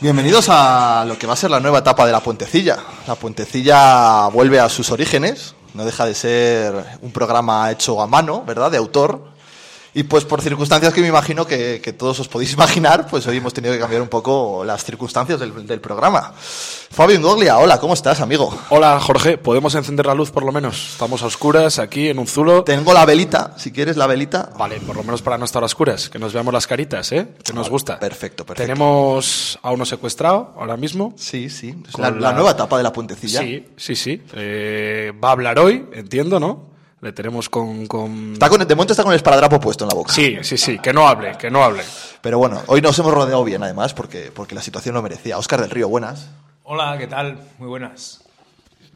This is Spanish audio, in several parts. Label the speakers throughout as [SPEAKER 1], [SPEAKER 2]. [SPEAKER 1] Bienvenidos a lo que va a ser la nueva etapa de la puentecilla. La puentecilla vuelve a sus orígenes, no deja de ser un programa hecho a mano, ¿verdad? De autor. Y pues por circunstancias que me imagino que, que todos os podéis imaginar, pues hoy hemos tenido que cambiar un poco las circunstancias del, del programa. Fabio Ingoglia, hola, ¿cómo estás, amigo?
[SPEAKER 2] Hola Jorge, ¿podemos encender la luz por lo menos? Estamos a oscuras aquí en un zulo.
[SPEAKER 1] Tengo la velita, si quieres la velita.
[SPEAKER 2] Vale, por lo menos para no estar a oscuras, que nos veamos las caritas, ¿eh? Que nos
[SPEAKER 1] Vale,
[SPEAKER 2] gusta.
[SPEAKER 1] perfecto, perfecto.
[SPEAKER 2] Tenemos a uno secuestrado ahora mismo.
[SPEAKER 1] Sí, sí, es
[SPEAKER 2] Con
[SPEAKER 1] la, la
[SPEAKER 2] la-
[SPEAKER 1] nueva etapa de la puentecilla.
[SPEAKER 2] Sí, sí, sí. Eh, va a hablar hoy, entiendo, ¿no? Le tenemos con... con-
[SPEAKER 1] Está con, de momento está con el esparadrapo puesto en la boca.
[SPEAKER 2] Sí, sí, sí, que no hable, que no hable.
[SPEAKER 1] Pero bueno, hoy nos hemos rodeado bien, además, porque, porque la situación lo merecía. Óscar del Río, buenas.
[SPEAKER 3] Hola, ¿qué tal? Muy buenas.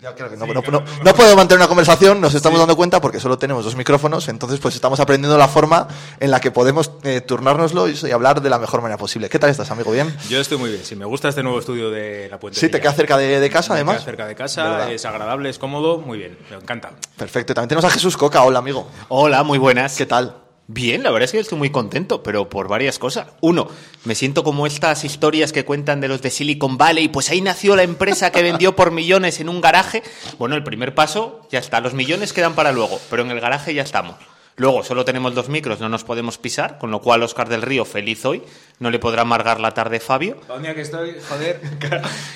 [SPEAKER 1] Ya creo que no, no- no- no podemos mantener una conversación, nos estamos dando cuenta porque solo tenemos dos micrófonos, entonces pues estamos aprendiendo la forma en la que podemos eh, turnárnoslo y, y hablar de la mejor manera posible. ¿Qué tal estás, amigo? ¿Bien?
[SPEAKER 3] Yo estoy muy bien. Sí, me gusta este nuevo estudio de la Puente.
[SPEAKER 1] Sí, te queda cerca de, de casa, además.
[SPEAKER 3] cerca de casa,
[SPEAKER 1] ¿Verdad?
[SPEAKER 3] es agradable, es cómodo, muy bien, me encanta.
[SPEAKER 1] Perfecto. También tenemos a Jesús Coca, hola, amigo.
[SPEAKER 4] Hola, muy buenas.
[SPEAKER 1] ¿Qué tal?
[SPEAKER 4] Bien, la verdad es que estoy muy contento, pero por varias cosas. Uno, me siento como estas historias que cuentan de los de Silicon Valley, pues ahí nació la empresa que vendió por millones en un garaje. Bueno, el primer paso, ya está, los millones quedan para luego, pero en el garaje ya estamos. Luego, solo tenemos dos micros, no nos podemos pisar, con lo cual Oscar del Río, feliz hoy, no le podrá amargar la tarde Fabio.
[SPEAKER 3] día que estoy, joder.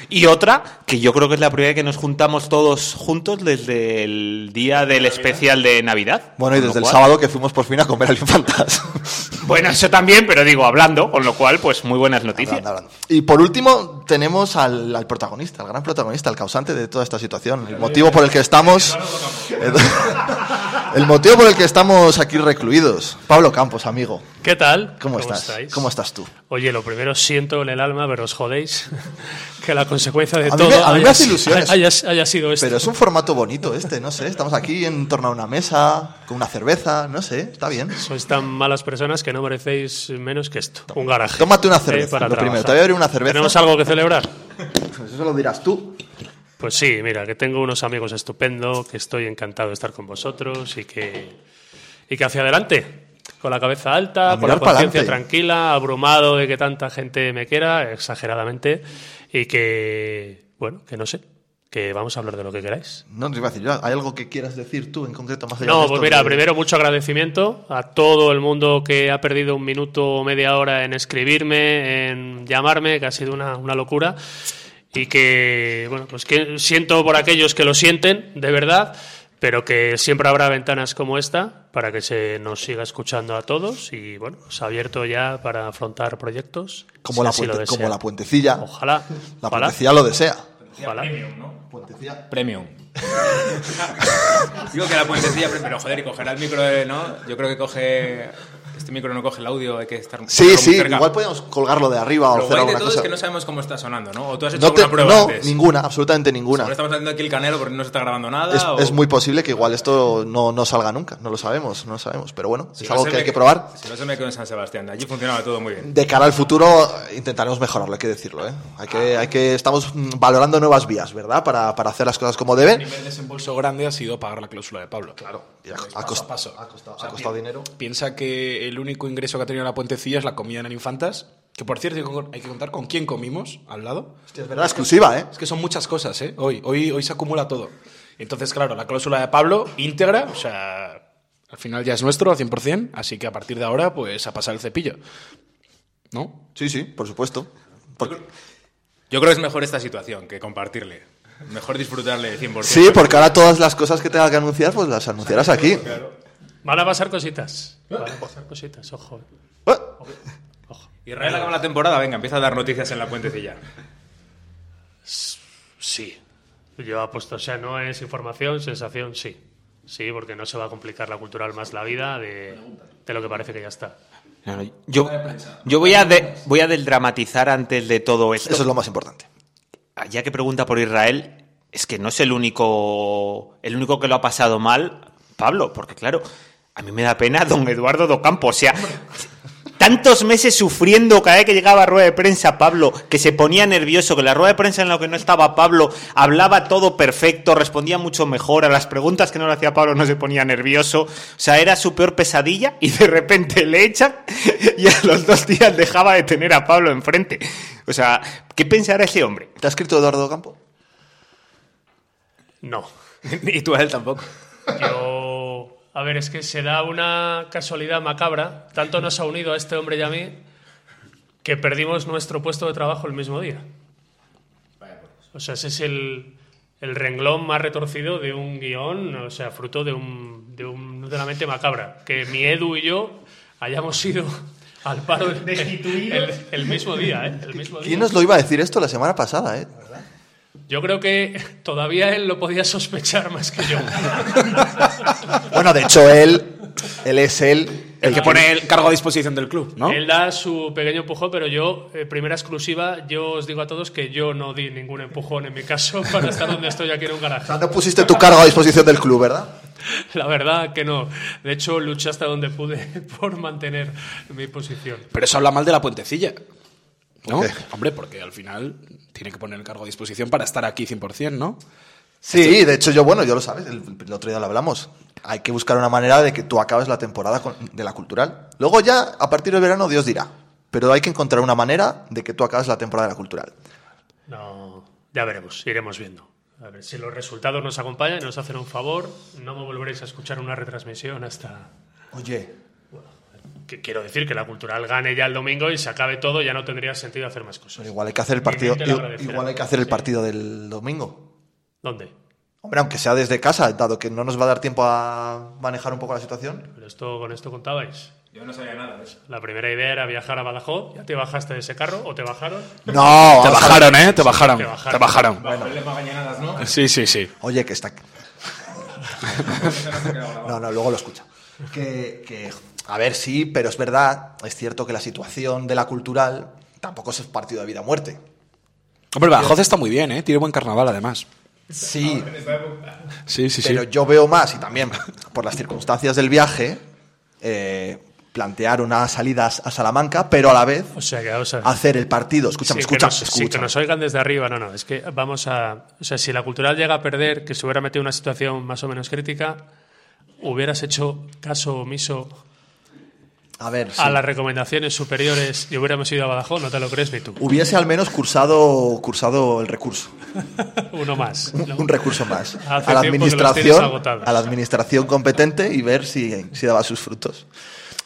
[SPEAKER 4] Y otra, que yo creo que es la primera vez que nos juntamos todos juntos desde el día del especial de Navidad.
[SPEAKER 1] Bueno, y
[SPEAKER 4] Con lo
[SPEAKER 1] desde el
[SPEAKER 4] cual-
[SPEAKER 1] sábado que fuimos por fin a comer al Infantas.
[SPEAKER 4] Bueno, eso también, pero digo, hablando, con lo cual, pues muy buenas noticias.
[SPEAKER 1] Hablando, hablando. Y por último, tenemos al, al protagonista, al gran protagonista, al causante de toda esta situación. El motivo por el que estamos. El motivo por el que estamos aquí recluidos. Pablo Campos, amigo.
[SPEAKER 5] ¿Qué tal?
[SPEAKER 1] ¿Cómo, estás?
[SPEAKER 5] estáis?
[SPEAKER 1] ¿Cómo estás tú?
[SPEAKER 3] Pues
[SPEAKER 5] Oye, lo primero siento en el alma, pero os jodéis, que la consecuencia de
[SPEAKER 1] A mí
[SPEAKER 5] todo
[SPEAKER 1] me- a mí me
[SPEAKER 5] haya
[SPEAKER 1] hace
[SPEAKER 5] si-
[SPEAKER 1] ilusiones.
[SPEAKER 5] haya- haya sido esto.
[SPEAKER 1] Pero es un formato bonito este, no sé. Estamos aquí en torno a una mesa, con una cerveza, no sé, está bien.
[SPEAKER 5] Sois tan malas personas que no merecéis menos que esto. Un garaje.
[SPEAKER 1] Tómate una
[SPEAKER 5] Eh,
[SPEAKER 1] cerveza,
[SPEAKER 5] para
[SPEAKER 1] lo primero.
[SPEAKER 5] trabajar.
[SPEAKER 1] Te voy a abrir una cerveza.
[SPEAKER 5] ¿Tenemos algo que celebrar?
[SPEAKER 1] Eso lo dirás tú.
[SPEAKER 5] Pues sí, mira, que tengo unos amigos estupendos, que estoy encantado de estar con vosotros y que, y que hacia adelante, con la cabeza
[SPEAKER 1] A
[SPEAKER 5] alta, con la
[SPEAKER 1] mirar pa'lante.
[SPEAKER 5] conciencia tranquila, abrumado de que tanta gente me quiera, exageradamente, y que, bueno, que no sé, que vamos a hablar de lo que queráis.
[SPEAKER 1] No, te iba a decir yo. ¿Hay algo que quieras decir tú en concreto más allá de
[SPEAKER 5] No,
[SPEAKER 1] esto
[SPEAKER 5] pues mira,
[SPEAKER 1] de-
[SPEAKER 5] primero mucho agradecimiento a todo el mundo que ha perdido un minuto o media hora en escribirme, en llamarme, que ha sido una, una locura. Y que, bueno, pues que siento por aquellos que lo sienten, de verdad, pero que siempre habrá ventanas como esta para que se nos siga escuchando a todos. Y bueno, pues abierto ya para afrontar proyectos.
[SPEAKER 1] Como,
[SPEAKER 5] si
[SPEAKER 1] la,
[SPEAKER 5] así lo
[SPEAKER 1] puente-
[SPEAKER 5] desean.
[SPEAKER 1] como la puentecilla.
[SPEAKER 5] Ojalá.
[SPEAKER 1] La
[SPEAKER 5] ojalá,
[SPEAKER 1] puentecilla lo desea.
[SPEAKER 5] ojalá.
[SPEAKER 1] Puentecilla.
[SPEAKER 3] Premium. Digo que la puentecilla, pero joder, y cogerá el micro, de, ¿no? Yo creo que coge. este micro no coge el audio, hay que estar
[SPEAKER 1] Sí,
[SPEAKER 3] estar
[SPEAKER 1] sí,
[SPEAKER 3] cerca.
[SPEAKER 1] igual podemos colgarlo de arriba o
[SPEAKER 3] Lo
[SPEAKER 1] hacer
[SPEAKER 3] guay de
[SPEAKER 1] alguna
[SPEAKER 3] todo es
[SPEAKER 1] cosa.
[SPEAKER 3] que no sabemos cómo está sonando, ¿no? O tú has hecho
[SPEAKER 1] No te-
[SPEAKER 3] alguna prueba
[SPEAKER 1] no,
[SPEAKER 3] antes.
[SPEAKER 1] ninguna, absolutamente ninguna.
[SPEAKER 3] Ahora estamos haciendo aquí el canelo porque no se está grabando nada.
[SPEAKER 1] Es,
[SPEAKER 3] o-
[SPEAKER 1] es muy posible que igual esto no, no salga nunca, no lo sabemos, no lo sabemos. Pero bueno,
[SPEAKER 3] Si
[SPEAKER 1] es
[SPEAKER 3] no
[SPEAKER 1] algo
[SPEAKER 3] se
[SPEAKER 1] que hay
[SPEAKER 3] me-
[SPEAKER 1] que probar.
[SPEAKER 3] Si no se me quedó en San Sebastián, allí funcionaba todo muy bien.
[SPEAKER 1] De cara al futuro eh, intentaremos mejorarlo, hay que decirlo. ¿eh? Hay que, hay que, estamos mm, valorando nuevas vías, ¿verdad? Para, para hacer las cosas como
[SPEAKER 2] A
[SPEAKER 1] deben.
[SPEAKER 2] nivel desembolso grande ha sido pagar la cláusula de Pablo. Claro.
[SPEAKER 1] Y ha- ha cost- ha costado- ha costado dinero.
[SPEAKER 2] Piensa que el único ingreso que ha tenido la puentecilla es la comida en Infantas. Que por cierto, hay que con- hay que contar con quién comimos al lado.
[SPEAKER 1] Es verdad, exclusiva, ¿eh?
[SPEAKER 2] Es que son muchas cosas, ¿eh? Hoy, hoy, hoy se acumula todo. Entonces, claro, la cláusula de Pablo íntegra, o sea, al final ya es nuestro al 100%, así que a partir de ahora, pues a pasar el cepillo. ¿No?
[SPEAKER 1] Sí, sí, por supuesto. Porque-
[SPEAKER 3] Yo creo que es mejor esta situación que compartirle. Mejor disfrutarle 100%.
[SPEAKER 1] sí, porque ahora todas las cosas que tenga que anunciar, pues las anunciarás aquí.
[SPEAKER 5] Van a pasar cositas. Van a pasar cositas, ojo.
[SPEAKER 1] Eh,
[SPEAKER 3] Israel acaba la temporada, venga, empieza a dar noticias en la puentecilla.
[SPEAKER 5] Sí. Yo apuesto, o sea, no es información, sensación, sí. Sí, porque no se va a complicar la cultural más la vida de, de lo que parece que ya está.
[SPEAKER 4] No, no, Yo, yo voy, a de- voy a desdramatizar antes de todo esto.
[SPEAKER 1] Eso es lo más importante.
[SPEAKER 4] Ya que pregunta por Israel, es que no es el único, el único que lo ha pasado mal, Pablo, porque claro, a mí me da pena don Eduardo Docampo. O sea, tantos meses sufriendo cada vez que llegaba a rueda de prensa Pablo, que se ponía nervioso, que la rueda de prensa en la que no estaba Pablo hablaba todo perfecto, respondía mucho mejor, a las preguntas que no le hacía Pablo no se ponía nervioso, o sea, era su peor pesadilla y de repente le echan y a los dos días dejaba de tener a Pablo enfrente. O sea, ¿qué pensará ese hombre?
[SPEAKER 1] ¿Te ha escrito Eduardo Campo?
[SPEAKER 5] No.
[SPEAKER 3] y tú a él tampoco.
[SPEAKER 5] Yo. A ver, es que se da una casualidad macabra. Tanto nos ha unido a este hombre y a mí que perdimos nuestro puesto de trabajo el mismo día. O sea, ese es el, el renglón más retorcido de un guión, o sea, fruto de, un, de, un- de una mente macabra. Que mi Edu y yo hayamos ido al paro el- el, el mismo día, ¿eh? El mismo día.
[SPEAKER 1] ¿Quién nos lo iba a decir esto la semana pasada, eh?
[SPEAKER 5] Yo creo que todavía él lo podía sospechar más que yo.
[SPEAKER 1] Bueno, de hecho, eh, él, él es él.
[SPEAKER 2] El que pone el cargo a disposición del club, ¿no?
[SPEAKER 5] Él da su pequeño empujón, pero yo, eh, primera exclusiva, yo os digo a todos que yo no di ningún empujón en mi caso para estar donde estoy aquí en un garaje.
[SPEAKER 1] No pusiste tu cargo a disposición del club, ¿verdad?
[SPEAKER 5] La verdad que no. De hecho, luché hasta donde pude por mantener mi posición.
[SPEAKER 2] Pero eso habla mal de la puentecilla. ¿No?
[SPEAKER 1] Ok.
[SPEAKER 2] Hombre, porque al final tiene que poner el cargo a disposición para estar aquí 100%, ¿no?
[SPEAKER 1] Sí, de hecho yo, bueno, yo lo sabes, el, el otro día lo hablamos. Hay que buscar una manera de que tú acabes la temporada con- de la cultural. Luego ya, a partir del verano, Dios dirá. Pero hay que encontrar una manera de que tú acabes la temporada de la cultural.
[SPEAKER 5] No, ya veremos, iremos viendo. A ver si los resultados nos acompañan, nos hacen un favor. No me volveréis a escuchar una retransmisión hasta.
[SPEAKER 1] Oye,
[SPEAKER 5] que Quiero decir que la cultural gane ya el domingo y se acabe todo, ya no tendría sentido hacer más
[SPEAKER 1] pero
[SPEAKER 5] cosas.
[SPEAKER 1] igual hay que hacer el
[SPEAKER 5] Mi
[SPEAKER 1] partido,
[SPEAKER 5] mente lo agradecerá.
[SPEAKER 1] igual hay que hacer el partido del domingo.
[SPEAKER 5] ¿Dónde?
[SPEAKER 1] Hombre, aunque sea desde casa, dado que no nos va a dar tiempo a manejar un poco la situación.
[SPEAKER 5] Pero esto, con esto contabais.
[SPEAKER 3] Yo no sabía nada de eso.
[SPEAKER 5] La primera idea era viajar a Badajoz. ¿Ya te bajaste de ese carro o te bajaron?
[SPEAKER 1] No, vamos
[SPEAKER 2] Te
[SPEAKER 1] a ver.
[SPEAKER 2] bajaron, ¿eh? Te bajaron.
[SPEAKER 5] Te
[SPEAKER 2] Te
[SPEAKER 5] bajaron.
[SPEAKER 2] bajaron.
[SPEAKER 3] Bueno. le pagañanadas, ¿no?
[SPEAKER 2] Sí, sí, sí.
[SPEAKER 1] Oye, que está. no, no, luego lo escucha. Que, que, a ver, sí, pero es verdad, es cierto que la situación de la cultural tampoco es partido de vida o muerte.
[SPEAKER 2] Hombre, Badajoz está muy bien, ¿eh? Tiene buen carnaval, además.
[SPEAKER 1] Sí,
[SPEAKER 2] Sí, sí, sí.
[SPEAKER 1] pero yo veo más, y también por las circunstancias del viaje, eh, plantear una salida a Salamanca, pero a la vez
[SPEAKER 5] O sea, que vamos a...
[SPEAKER 1] hacer el partido. Escúchame,
[SPEAKER 5] Sí, que
[SPEAKER 1] Ah, escucha,
[SPEAKER 5] nos- sí, que
[SPEAKER 1] escucha.
[SPEAKER 5] nos oigan desde arriba, no, no. Es que vamos a. O sea, si la cultural llega a perder, que se hubiera metido en una situación más o menos crítica, hubieras hecho caso omiso
[SPEAKER 1] A ver, sí.
[SPEAKER 5] a las recomendaciones superiores y hubiéramos ido a Badajoz, no te lo crees ni tú.
[SPEAKER 1] hubiese al menos cursado, cursado el recurso.
[SPEAKER 5] Uno más.
[SPEAKER 1] un, un recurso más
[SPEAKER 5] Hace
[SPEAKER 1] a la
[SPEAKER 5] tiempo que los tienes
[SPEAKER 1] administración
[SPEAKER 5] agotados.
[SPEAKER 1] a la administración competente y ver si, si daba sus frutos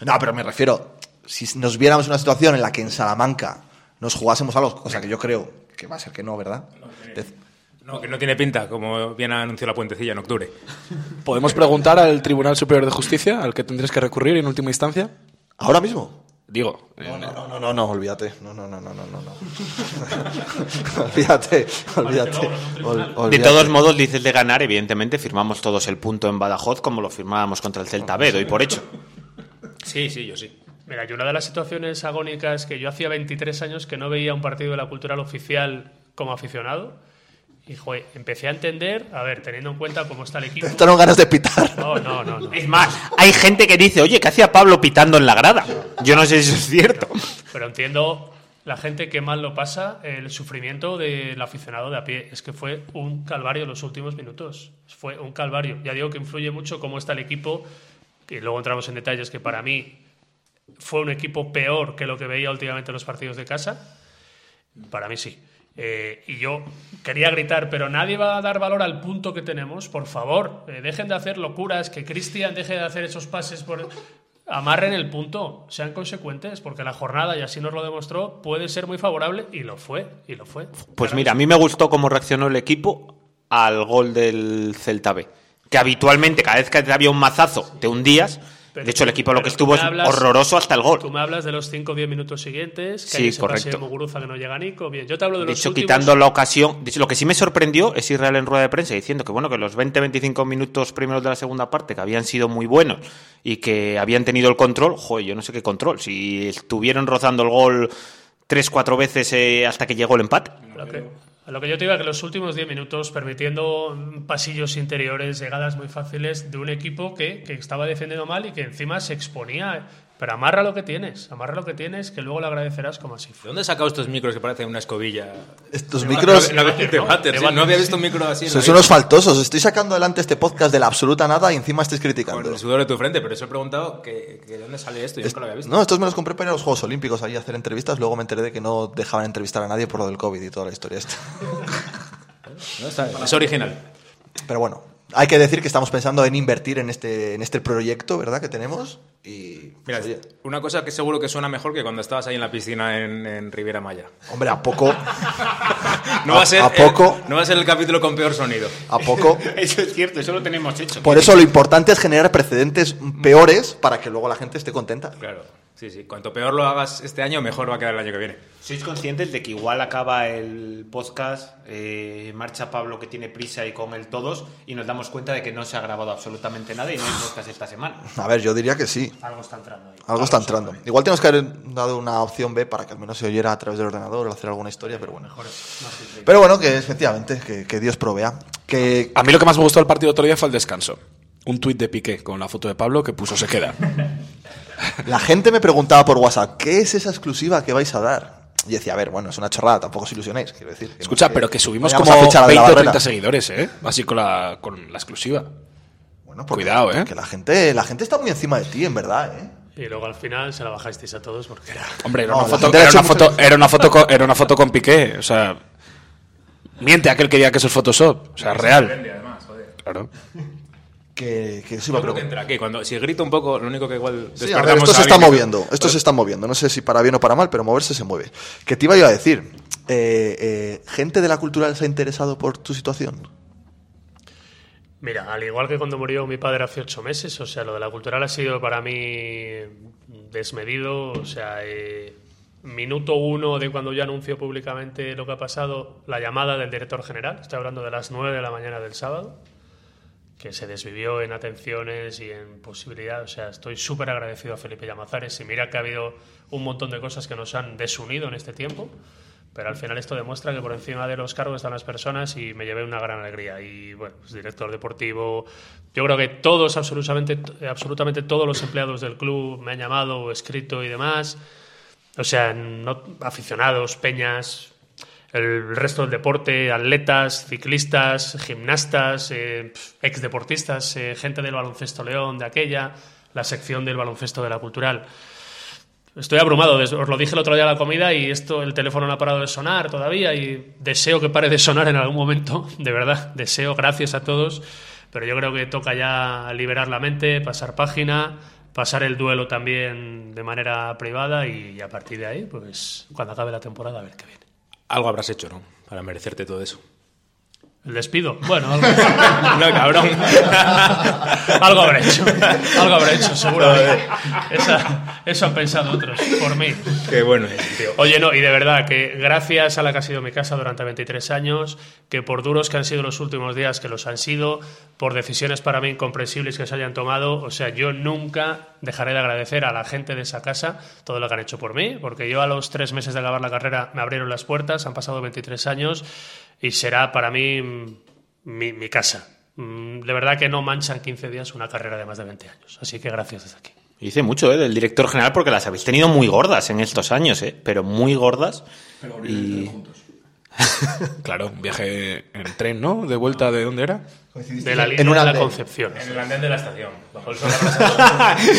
[SPEAKER 1] no pero me refiero si nos viéramos en una situación en la que en Salamanca nos jugásemos algo cosa que yo creo que va a ser que no verdad De-
[SPEAKER 3] No, que no tiene pinta, como bien anunció la puentecilla en octubre.
[SPEAKER 2] ¿Podemos preguntar al Tribunal Superior de Justicia, al que tendrías que recurrir en última instancia?
[SPEAKER 1] ahora mismo
[SPEAKER 2] Digo,
[SPEAKER 1] no no no no, no, olvídate no no no no no no no. olvídate olvídate Ol-
[SPEAKER 4] De
[SPEAKER 1] olvídate.
[SPEAKER 4] todos modos, dices de ganar, evidentemente firmamos todos el punto en Badajoz como lo firmábamos contra el Celta B, doy por hecho.
[SPEAKER 3] Sí, sí, yo sí.
[SPEAKER 5] Mira, y una de las situaciones agónicas que yo hacía 23 años que no veía un partido de la cultural oficial como aficionado. Y, joder, empecé a entender, a ver, teniendo en cuenta cómo está el equipo.
[SPEAKER 1] Entraron ganas de pitar.
[SPEAKER 5] No, no, no. no.
[SPEAKER 4] Es más, hay gente que dice, oye, ¿qué hacía Pablo pitando en la grada? Yo no sé si eso es cierto.
[SPEAKER 5] Pero entiendo la gente que mal lo pasa, el sufrimiento del aficionado de a pie. Es que fue un calvario los últimos minutos. Fue un calvario. Ya digo que influye mucho cómo está el equipo. Y luego entramos en detalles que para mí fue un equipo peor que lo que veía últimamente en los partidos de casa. Para mí sí. Eh, y yo quería gritar, pero nadie va a dar valor al punto que tenemos. Por favor, eh, dejen de hacer locuras, que Cristian deje de hacer esos pases por... Amarren el punto, sean consecuentes, porque la jornada, y así nos lo demostró, puede ser muy favorable, y lo fue, y lo fue.
[SPEAKER 4] Pues mira, a mí me gustó cómo reaccionó el equipo al gol del Celta B. Que habitualmente, cada vez que te había un mazazo, te hundías.
[SPEAKER 5] Pero
[SPEAKER 4] de hecho, el
[SPEAKER 5] tú-
[SPEAKER 4] equipo lo
[SPEAKER 5] pero
[SPEAKER 4] que
[SPEAKER 5] tú
[SPEAKER 4] estuvo
[SPEAKER 5] me
[SPEAKER 4] es
[SPEAKER 5] hablas-
[SPEAKER 4] horroroso hasta el
[SPEAKER 5] Tú
[SPEAKER 4] gol.
[SPEAKER 5] me hablas de los 5 o 10 minutos siguientes, que
[SPEAKER 4] Sí,
[SPEAKER 5] hay ese pase
[SPEAKER 4] correcto.
[SPEAKER 5] de Muguruza que no llega a Nico. Bien, yo te hablo de,
[SPEAKER 4] De
[SPEAKER 5] los
[SPEAKER 4] hecho,
[SPEAKER 5] últimos-
[SPEAKER 4] quitando la ocasión. De hecho, lo que sí me sorprendió es Israel en rueda de prensa diciendo que, bueno, que los 20-25 minutos primeros de la segunda parte, que habían sido muy buenos y que habían tenido el control, joder, yo no sé qué control. Si estuvieron rozando el gol tres, cuatro veces eh, hasta que llegó el empate.
[SPEAKER 5] Lo que, a lo que yo te iba, que los últimos 10 minutos, permitiendo mm, pasillos interiores, llegadas muy fáciles de un equipo que, que estaba defendiendo mal y que encima se exponía. Pero amarra lo que tienes, amarra lo que tienes, que luego lo agradecerás como así
[SPEAKER 3] ¿De
[SPEAKER 5] fue.
[SPEAKER 3] dónde has sacado estos micros que parecen una escobilla?
[SPEAKER 1] Estos
[SPEAKER 3] No,
[SPEAKER 1] micros
[SPEAKER 3] no, no, de váter, sí,
[SPEAKER 5] váter.
[SPEAKER 3] no había visto un micro así. en la
[SPEAKER 1] sois
[SPEAKER 3] vida.
[SPEAKER 1] unos faltosos. Estoy sacando adelante este podcast de la absoluta nada y encima estáis
[SPEAKER 3] Con
[SPEAKER 1] criticando.
[SPEAKER 3] el sudor de tu frente, pero eso he preguntado que, que de dónde sale esto. Yo nunca lo había visto.
[SPEAKER 1] No, estos me los compré para ir a los Juegos Olímpicos ahí a hacer entrevistas. Luego me enteré de que no dejaban entrevistar a nadie por lo del COVID y toda la historia esta.
[SPEAKER 3] No, está bien. es original.
[SPEAKER 1] Pero bueno, hay que decir que estamos pensando en invertir en este, en este proyecto, ¿verdad? Que tenemos. Y.
[SPEAKER 3] Mira,
[SPEAKER 1] pues, oye,
[SPEAKER 3] una cosa que seguro que suena mejor que cuando estabas ahí en la piscina en, en Riviera Maya.
[SPEAKER 1] hombre, a poco.
[SPEAKER 3] No va a ser,
[SPEAKER 1] Ah, ¿A poco?
[SPEAKER 3] El, no va a ser el capítulo con peor sonido.
[SPEAKER 1] A poco.
[SPEAKER 4] Eso es cierto, eso lo tenemos hecho.
[SPEAKER 1] Por eso lo importante es generar precedentes peores para que luego la gente esté contenta.
[SPEAKER 3] Claro, sí, sí. Cuanto peor lo hagas este año, mejor va a quedar el año que viene.
[SPEAKER 4] ¿Sois conscientes de que igual acaba el podcast, eh, marcha Pablo que tiene prisa y con él todos, y nos damos cuenta de que no se ha grabado absolutamente nada y no hay podcast esta semana?
[SPEAKER 1] A ver, yo diría que sí.
[SPEAKER 4] Algo está entrando ahí.
[SPEAKER 1] Algo está entrando. Igual tenemos que haber dado una opción B para que al menos se oyera a través del ordenador o hacer alguna historia, pero bueno. Pero bueno, que efectivamente, que, que Dios provea. Que
[SPEAKER 2] A mí lo que más me gustó del partido otro día fue el descanso. Un tuit de Piqué con la foto de Pablo que puso se queda.
[SPEAKER 1] la gente me preguntaba por WhatsApp, ¿qué es esa exclusiva que vais a dar? Y decía, a ver, bueno, es una chorrada, tampoco os ilusionéis, quiero decir. que
[SPEAKER 2] Escucha,
[SPEAKER 1] no es
[SPEAKER 2] pero que subimos
[SPEAKER 1] vayamos
[SPEAKER 2] como
[SPEAKER 1] a fichar a
[SPEAKER 2] 20
[SPEAKER 1] la
[SPEAKER 2] o
[SPEAKER 1] Barrera.
[SPEAKER 2] 30 seguidores, ¿eh? Así con la, con la exclusiva.
[SPEAKER 1] Bueno, porque-
[SPEAKER 2] Cuidado, ¿eh?
[SPEAKER 1] porque la gente, la gente está muy encima de ti, en verdad, ¿eh?
[SPEAKER 5] Y luego al final se la bajasteis a todos porque era.
[SPEAKER 2] Hombre, era,
[SPEAKER 1] No,
[SPEAKER 2] una,
[SPEAKER 1] la
[SPEAKER 2] foto,
[SPEAKER 1] gente le
[SPEAKER 2] era,
[SPEAKER 1] ha hecho
[SPEAKER 2] una, foto,
[SPEAKER 1] mucho-
[SPEAKER 2] era, una, foto con, era una foto con Piqué. O sea, miente aquel que diga que eso es Photoshop. O sea, real.
[SPEAKER 3] además, joder.
[SPEAKER 2] Claro.
[SPEAKER 1] Que, que eso iba
[SPEAKER 3] Yo
[SPEAKER 1] a
[SPEAKER 3] creo que
[SPEAKER 1] preguntar.
[SPEAKER 3] entra aquí. Cuando, si grito un poco, lo único que igual
[SPEAKER 1] Sí, a ver,
[SPEAKER 3] despertamos
[SPEAKER 1] esto
[SPEAKER 3] a
[SPEAKER 1] se está
[SPEAKER 3] alguien que-
[SPEAKER 1] moviendo, esto se está moviendo. No sé si para bien o para mal, pero moverse se mueve. ¿Qué te iba yo a decir? Eh, eh, ¿Gente de la cultural se ha interesado por tu situación?
[SPEAKER 5] Mira, al igual que cuando murió mi padre hace ocho meses, o sea, lo de la cultural ha sido para mí desmedido, o sea, eh, minuto uno de cuando yo anuncio públicamente lo que ha pasado, la llamada del director general, estoy hablando de las nueve de la mañana del sábado, que se desvivió en atenciones y en posibilidad, o sea, estoy súper agradecido a Felipe Llamazares y mira que ha habido un montón de cosas que nos han desunido en este tiempo. Pero al final esto demuestra que por encima de los cargos están las personas y me llevé una gran alegría. Y bueno, pues, director deportivo, yo creo que todos, absolutamente, absolutamente todos los empleados del club me han llamado, o escrito y demás. O sea, no, aficionados, peñas, el resto del deporte, atletas, ciclistas, gimnastas, eh, exdeportistas, eh, gente del baloncesto León, de aquella, la sección del baloncesto de la cultural. Estoy abrumado, des- os lo dije el otro día a la comida y esto, el teléfono no ha parado de sonar todavía y deseo que pare de sonar en algún momento, de verdad, deseo, gracias a todos, pero yo creo que toca ya liberar la mente, pasar página, pasar el duelo también de manera privada y, a partir de ahí, pues cuando acabe la temporada a ver qué viene.
[SPEAKER 3] Algo habrás hecho, ¿no? Para merecerte todo eso.
[SPEAKER 5] El despido. Bueno, algo. no, cabrón. algo habrá hecho. Algo habrá hecho, seguro. Esa- eso han pensado otros, por mí.
[SPEAKER 3] Qué bueno es, tío.
[SPEAKER 5] Oye, no, y de verdad que gracias a la que ha sido mi casa durante 23 años, que por duros que han sido los últimos días que los han sido, por decisiones para mí incomprensibles que se hayan tomado, o sea, yo nunca dejaré de agradecer a la gente de esa casa todo lo que han hecho por mí, porque yo a los tres meses de acabar la carrera me abrieron las puertas, han pasado 23 años y será para mí mm, mi, mi casa. Mm, De verdad que no manchan 15 días una carrera de más de 20 años, así que gracias desde aquí.
[SPEAKER 4] Dice mucho, ¿eh? Del director general, porque las habéis tenido muy gordas en estos años, ¿eh? Pero muy gordas. y...
[SPEAKER 2] Claro, un viaje en tren, ¿no? De vuelta de dónde era.
[SPEAKER 5] De la línea
[SPEAKER 1] en un
[SPEAKER 5] de la
[SPEAKER 1] andén.
[SPEAKER 5] Concepción.
[SPEAKER 3] En el andén de la estación. Bajo el sol.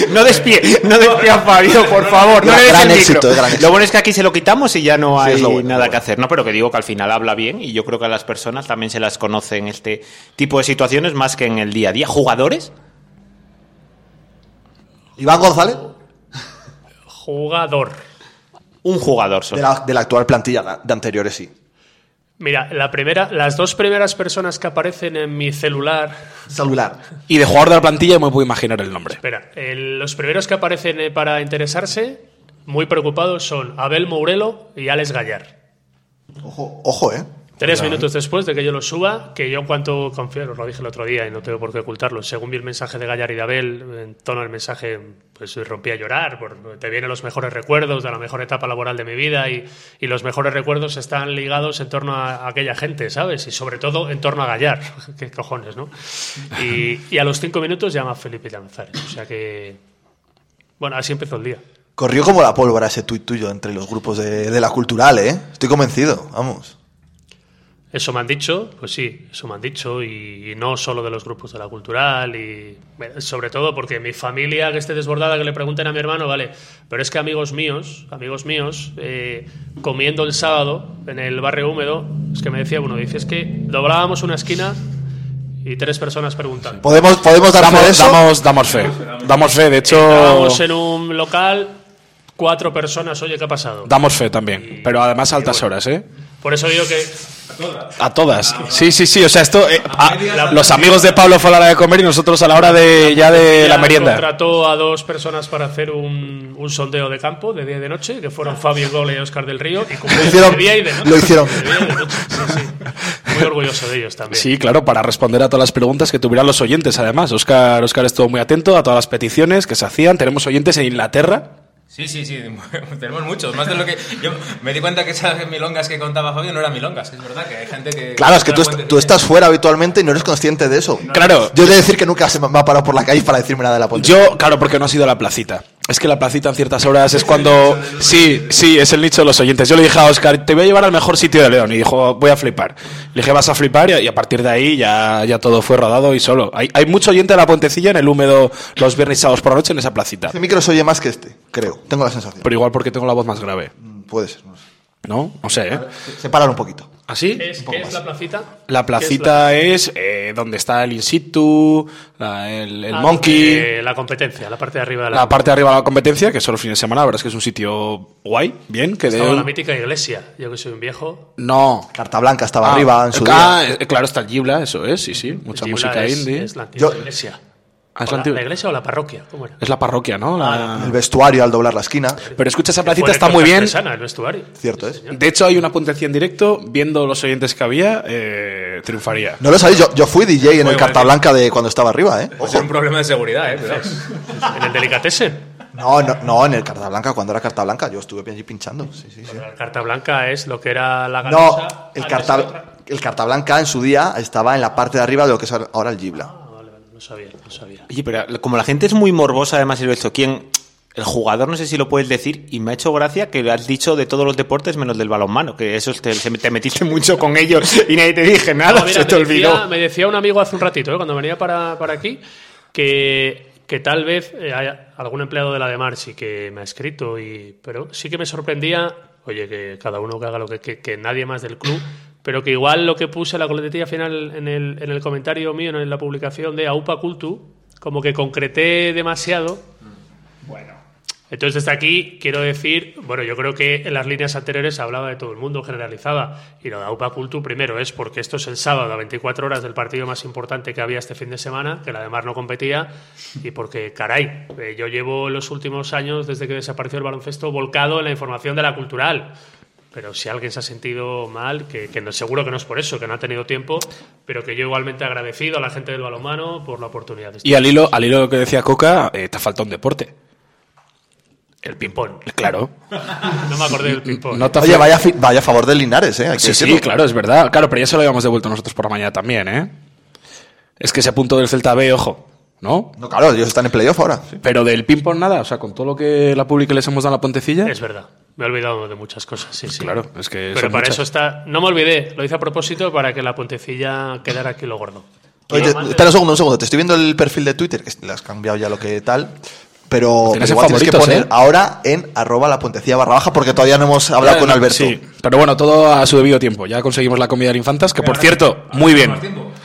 [SPEAKER 4] no despie, no despie a Fabio, por favor. No le des
[SPEAKER 1] Gran
[SPEAKER 4] el micro.
[SPEAKER 1] éxito, gran éxito.
[SPEAKER 4] Lo bueno es que aquí se lo quitamos y ya no hay
[SPEAKER 1] es lo bueno,
[SPEAKER 4] nada
[SPEAKER 1] lo bueno.
[SPEAKER 4] que hacer, ¿no? Pero que digo que al final habla bien y yo creo que a las personas también se las conoce en este tipo de situaciones más que en el día a día. ¿Jugadores?
[SPEAKER 1] Iván González,
[SPEAKER 5] Jugador.
[SPEAKER 4] Un jugador
[SPEAKER 1] de
[SPEAKER 4] solo.
[SPEAKER 1] la, de la actual plantilla de anteriores, sí.
[SPEAKER 5] Mira, la primera, las dos primeras personas que aparecen en mi celular.
[SPEAKER 1] Celular.
[SPEAKER 2] Y de jugador de la plantilla me puedo imaginar el nombre.
[SPEAKER 5] Espera, el- los primeros que aparecen eh, para interesarse, muy preocupados, son Abel Mourelo y Alex Gallar.
[SPEAKER 1] Ojo, ojo, ¿eh?
[SPEAKER 5] Tres minutos después de que yo lo suba, que yo en cuanto confío, os lo dije el otro día y no tengo por qué ocultarlo, según vi el mensaje de Gallar y de Abel, en tono del mensaje, pues rompí a llorar, por- te vienen los mejores recuerdos de la mejor etapa laboral de mi vida y, y los mejores recuerdos están ligados en torno a aquella gente, ¿sabes? Y sobre todo en torno a Gallar, qué cojones, ¿no? Y, y a los cinco minutos llama Felipe Llamazares, o sea que, bueno, así empezó el día.
[SPEAKER 1] Corrió como la pólvora ese tuit tuyo entre los grupos de, de la cultural, ¿eh? Estoy convencido, vamos.
[SPEAKER 5] Eso me han dicho, pues sí, eso me han dicho, y, y no solo de los grupos de la cultural, y bueno, sobre todo porque mi familia que esté desbordada, que le pregunten a mi hermano, vale, pero es que amigos míos, amigos míos, eh, comiendo el sábado en el barrio húmedo, es que me decía uno, dice, es que doblábamos una esquina y tres personas preguntan.
[SPEAKER 1] ¿Podemos, podemos dar fe de
[SPEAKER 2] Damos,
[SPEAKER 1] eso?
[SPEAKER 2] damos, damos fe. Damos fe, de hecho.
[SPEAKER 5] Estábamos en un local, cuatro personas, oye, ¿qué ha pasado?
[SPEAKER 2] Damos fe también. Pero además a altas horas, ¿eh?
[SPEAKER 5] Por eso digo que
[SPEAKER 2] A todas. Sí, sí, sí. O sea, esto. eh, a-
[SPEAKER 5] medias-
[SPEAKER 2] los amigos de Pablo fue a la hora de comer y nosotros a la hora de ya de la
[SPEAKER 5] Ya
[SPEAKER 2] merienda.
[SPEAKER 5] Contrató a dos personas para hacer un, un sondeo de campo de día y de noche, que fueron Fabio Gole y Oscar del Río, y cumplieron
[SPEAKER 1] hicieron-
[SPEAKER 5] de día y de noche.
[SPEAKER 1] lo hicieron.
[SPEAKER 5] De día y de noche, sí, sí. Muy orgulloso de ellos también.
[SPEAKER 2] Sí, claro, para responder a todas las preguntas que tuvieran los oyentes, además. Oscar, Oscar estuvo muy atento a todas las peticiones que se hacían. Tenemos oyentes en Inglaterra.
[SPEAKER 3] Sí, sí, sí. Tenemos muchos. Más de lo que. Yo me di cuenta que esas milongas que contaba Fabio no eran milongas. Es verdad que hay gente que.
[SPEAKER 1] Claro, es que tú, est- tú estás fuera habitualmente y no eres consciente de eso.
[SPEAKER 2] Claro.
[SPEAKER 1] Yo he de decir que nunca se me me ha parado por la calle para decirme nada de la política.
[SPEAKER 2] Yo, claro, porque no ha sido la placita. Es que la placita en ciertas horas es cuando. Sí, sí, es el nicho de los oyentes. Yo le dije a Oscar, te voy a llevar al mejor sitio de León. Y dijo, voy a flipar. Le dije, vas a flipar. Y a- y a partir de ahí ya, ya todo fue rodado y solo. Hay, hay mucho oyente de la Pontecilla en el húmedo los viernes y sábados por la noche en esa placita.
[SPEAKER 1] Este micro se oye más que este, creo. Tengo la sensación.
[SPEAKER 2] Pero igual porque tengo la voz más grave.
[SPEAKER 1] Mm, Puede ser. no sé.
[SPEAKER 2] ¿No? No sé, ¿eh?
[SPEAKER 1] Separar un poquito.
[SPEAKER 2] ¿Así?
[SPEAKER 5] ¿Qué es,
[SPEAKER 1] poco
[SPEAKER 5] qué es
[SPEAKER 1] más.
[SPEAKER 5] la placita?
[SPEAKER 2] La placita es eh, donde está el in situ, la- el, el
[SPEAKER 5] Ah,
[SPEAKER 2] monkey.
[SPEAKER 5] eh, la competencia, la parte de arriba de la.
[SPEAKER 2] La parte de arriba de la competencia, que son los fines de semana, la verdad es que es un sitio guay, bien, que de...
[SPEAKER 5] Estaba la mítica iglesia. Yo que soy un viejo.
[SPEAKER 2] No.
[SPEAKER 1] Carta Blanca estaba
[SPEAKER 2] Ah,
[SPEAKER 1] arriba en su
[SPEAKER 2] ah,
[SPEAKER 1] día.
[SPEAKER 2] eh, claro, está el Gibla, eso es, sí, sí. Mucha
[SPEAKER 5] Gibla
[SPEAKER 2] música
[SPEAKER 5] es-
[SPEAKER 2] indie.
[SPEAKER 5] Es la antigua
[SPEAKER 1] Yo-
[SPEAKER 5] iglesia.
[SPEAKER 2] Ah, es la
[SPEAKER 5] O la,
[SPEAKER 2] antigua-
[SPEAKER 5] la iglesia o la parroquia? ¿Cómo era?
[SPEAKER 2] Es la parroquia, ¿no? La-
[SPEAKER 1] El vestuario al doblar la esquina.
[SPEAKER 2] Pero escucha, esa
[SPEAKER 5] Fue
[SPEAKER 2] placita
[SPEAKER 5] de
[SPEAKER 2] está muy
[SPEAKER 5] Corte
[SPEAKER 2] bien.
[SPEAKER 5] Artesana, el vestuario.
[SPEAKER 1] Cierto es.
[SPEAKER 2] De hecho, hay una puntecía en directo, viendo los oyentes que había, eh, triunfaría.
[SPEAKER 1] No lo sabéis, yo, yo fui DJ en
[SPEAKER 3] Muy
[SPEAKER 1] el Carta
[SPEAKER 3] guay.
[SPEAKER 1] Blanca de cuando estaba arriba, ¿eh?
[SPEAKER 3] Pues era un problema de seguridad, ¿eh? Cuidado.
[SPEAKER 5] En el delicatessen.
[SPEAKER 1] No, no, no, en el Carta Blanca, cuando era Carta Blanca, yo estuve allí pinchando. Sí, sí, sí.
[SPEAKER 5] ¿Eh? La carta blanca es lo que era la
[SPEAKER 1] No,
[SPEAKER 5] gaseosa
[SPEAKER 1] el
[SPEAKER 5] antes de otra.
[SPEAKER 1] carta, el carta blanca en su día estaba en la parte de arriba de lo que es ahora el Gibla.
[SPEAKER 5] Ah, vale, vale, no sabía, no sabía.
[SPEAKER 4] Oye, pero como la gente es muy morbosa, además, Silvestre, ¿quién? El jugador, no sé si lo puedes decir, y me ha hecho gracia que has dicho de todos los deportes menos del balonmano, que eso te, se- te metiste mucho con ellos y nadie te dije nada,
[SPEAKER 5] No, mira,
[SPEAKER 4] Ah, se te
[SPEAKER 5] me decía-
[SPEAKER 4] olvidó.
[SPEAKER 5] me decía un amigo hace un ratito, ¿eh? cuando venía para, para aquí, que, que tal vez eh, haya algún empleado de la de Mar sí que me ha escrito, y, pero sí que me sorprendía, oye, que cada uno que haga lo que, que, que nadie más del club, pero que igual lo que puse la coletilla final en el, en el comentario mío, en la publicación de Aupa Cultu, como que concreté demasiado. Bueno. Entonces, desde aquí quiero decir, bueno, yo creo que en las líneas anteriores se hablaba de todo el mundo, generalizaba, y lo de Aupa Cultu primero es porque esto es el sábado a 24 horas del partido más importante que había este fin de semana, que la de Mar no competía, y porque, caray, eh, yo llevo los últimos años, desde que desapareció el baloncesto, volcado en la información de la cultural. Pero si alguien se ha sentido mal, que, que no- seguro que no es por eso, que no ha tenido tiempo, pero que yo igualmente agradecido a la gente del balonmano por la oportunidad. de este estar.
[SPEAKER 2] Y al hilo, al hilo que decía Coca, eh, te falta un deporte.
[SPEAKER 5] El ping-pong.
[SPEAKER 2] Claro.
[SPEAKER 5] No me acordé del ping-pong.
[SPEAKER 2] No te
[SPEAKER 1] Oye,
[SPEAKER 2] hace-
[SPEAKER 1] vaya, fi- vaya a favor del Linares, ¿eh? Hay que
[SPEAKER 2] Sí, sí,
[SPEAKER 1] decirlo.
[SPEAKER 2] claro, es verdad. Claro, pero ya se lo habíamos devuelto nosotros por la mañana también, ¿eh? Es que ese punto del Celta B, ojo, ¿no?
[SPEAKER 1] No, claro, ellos están en playoff ahora.
[SPEAKER 2] Pero del ping-pong nada, o sea, con todo lo que la pública les hemos dado en la puentecilla.
[SPEAKER 5] Es verdad. Me he olvidado de muchas cosas, sí, sí.
[SPEAKER 2] Pues Claro, es que.
[SPEAKER 5] Pero
[SPEAKER 2] son
[SPEAKER 5] para
[SPEAKER 2] muchas.
[SPEAKER 5] eso está. No me olvidé, lo hice a propósito para que la puentecilla quedara aquí lo gordo.
[SPEAKER 1] Oye, te- espera un segundo, un segundo. Te estoy viendo el perfil de Twitter, que le has cambiado ya lo que tal. Pero
[SPEAKER 2] tienes
[SPEAKER 1] pero igual
[SPEAKER 2] en
[SPEAKER 1] tienes que
[SPEAKER 2] favoritos,
[SPEAKER 1] poner
[SPEAKER 2] ¿eh?
[SPEAKER 1] ahora en arroba la puentecilla barra baja, porque todavía no hemos hablado con Alberto.
[SPEAKER 2] Sí, pero bueno, todo a su debido tiempo. Ya conseguimos la comida de infantas, que por cierto, muy bien.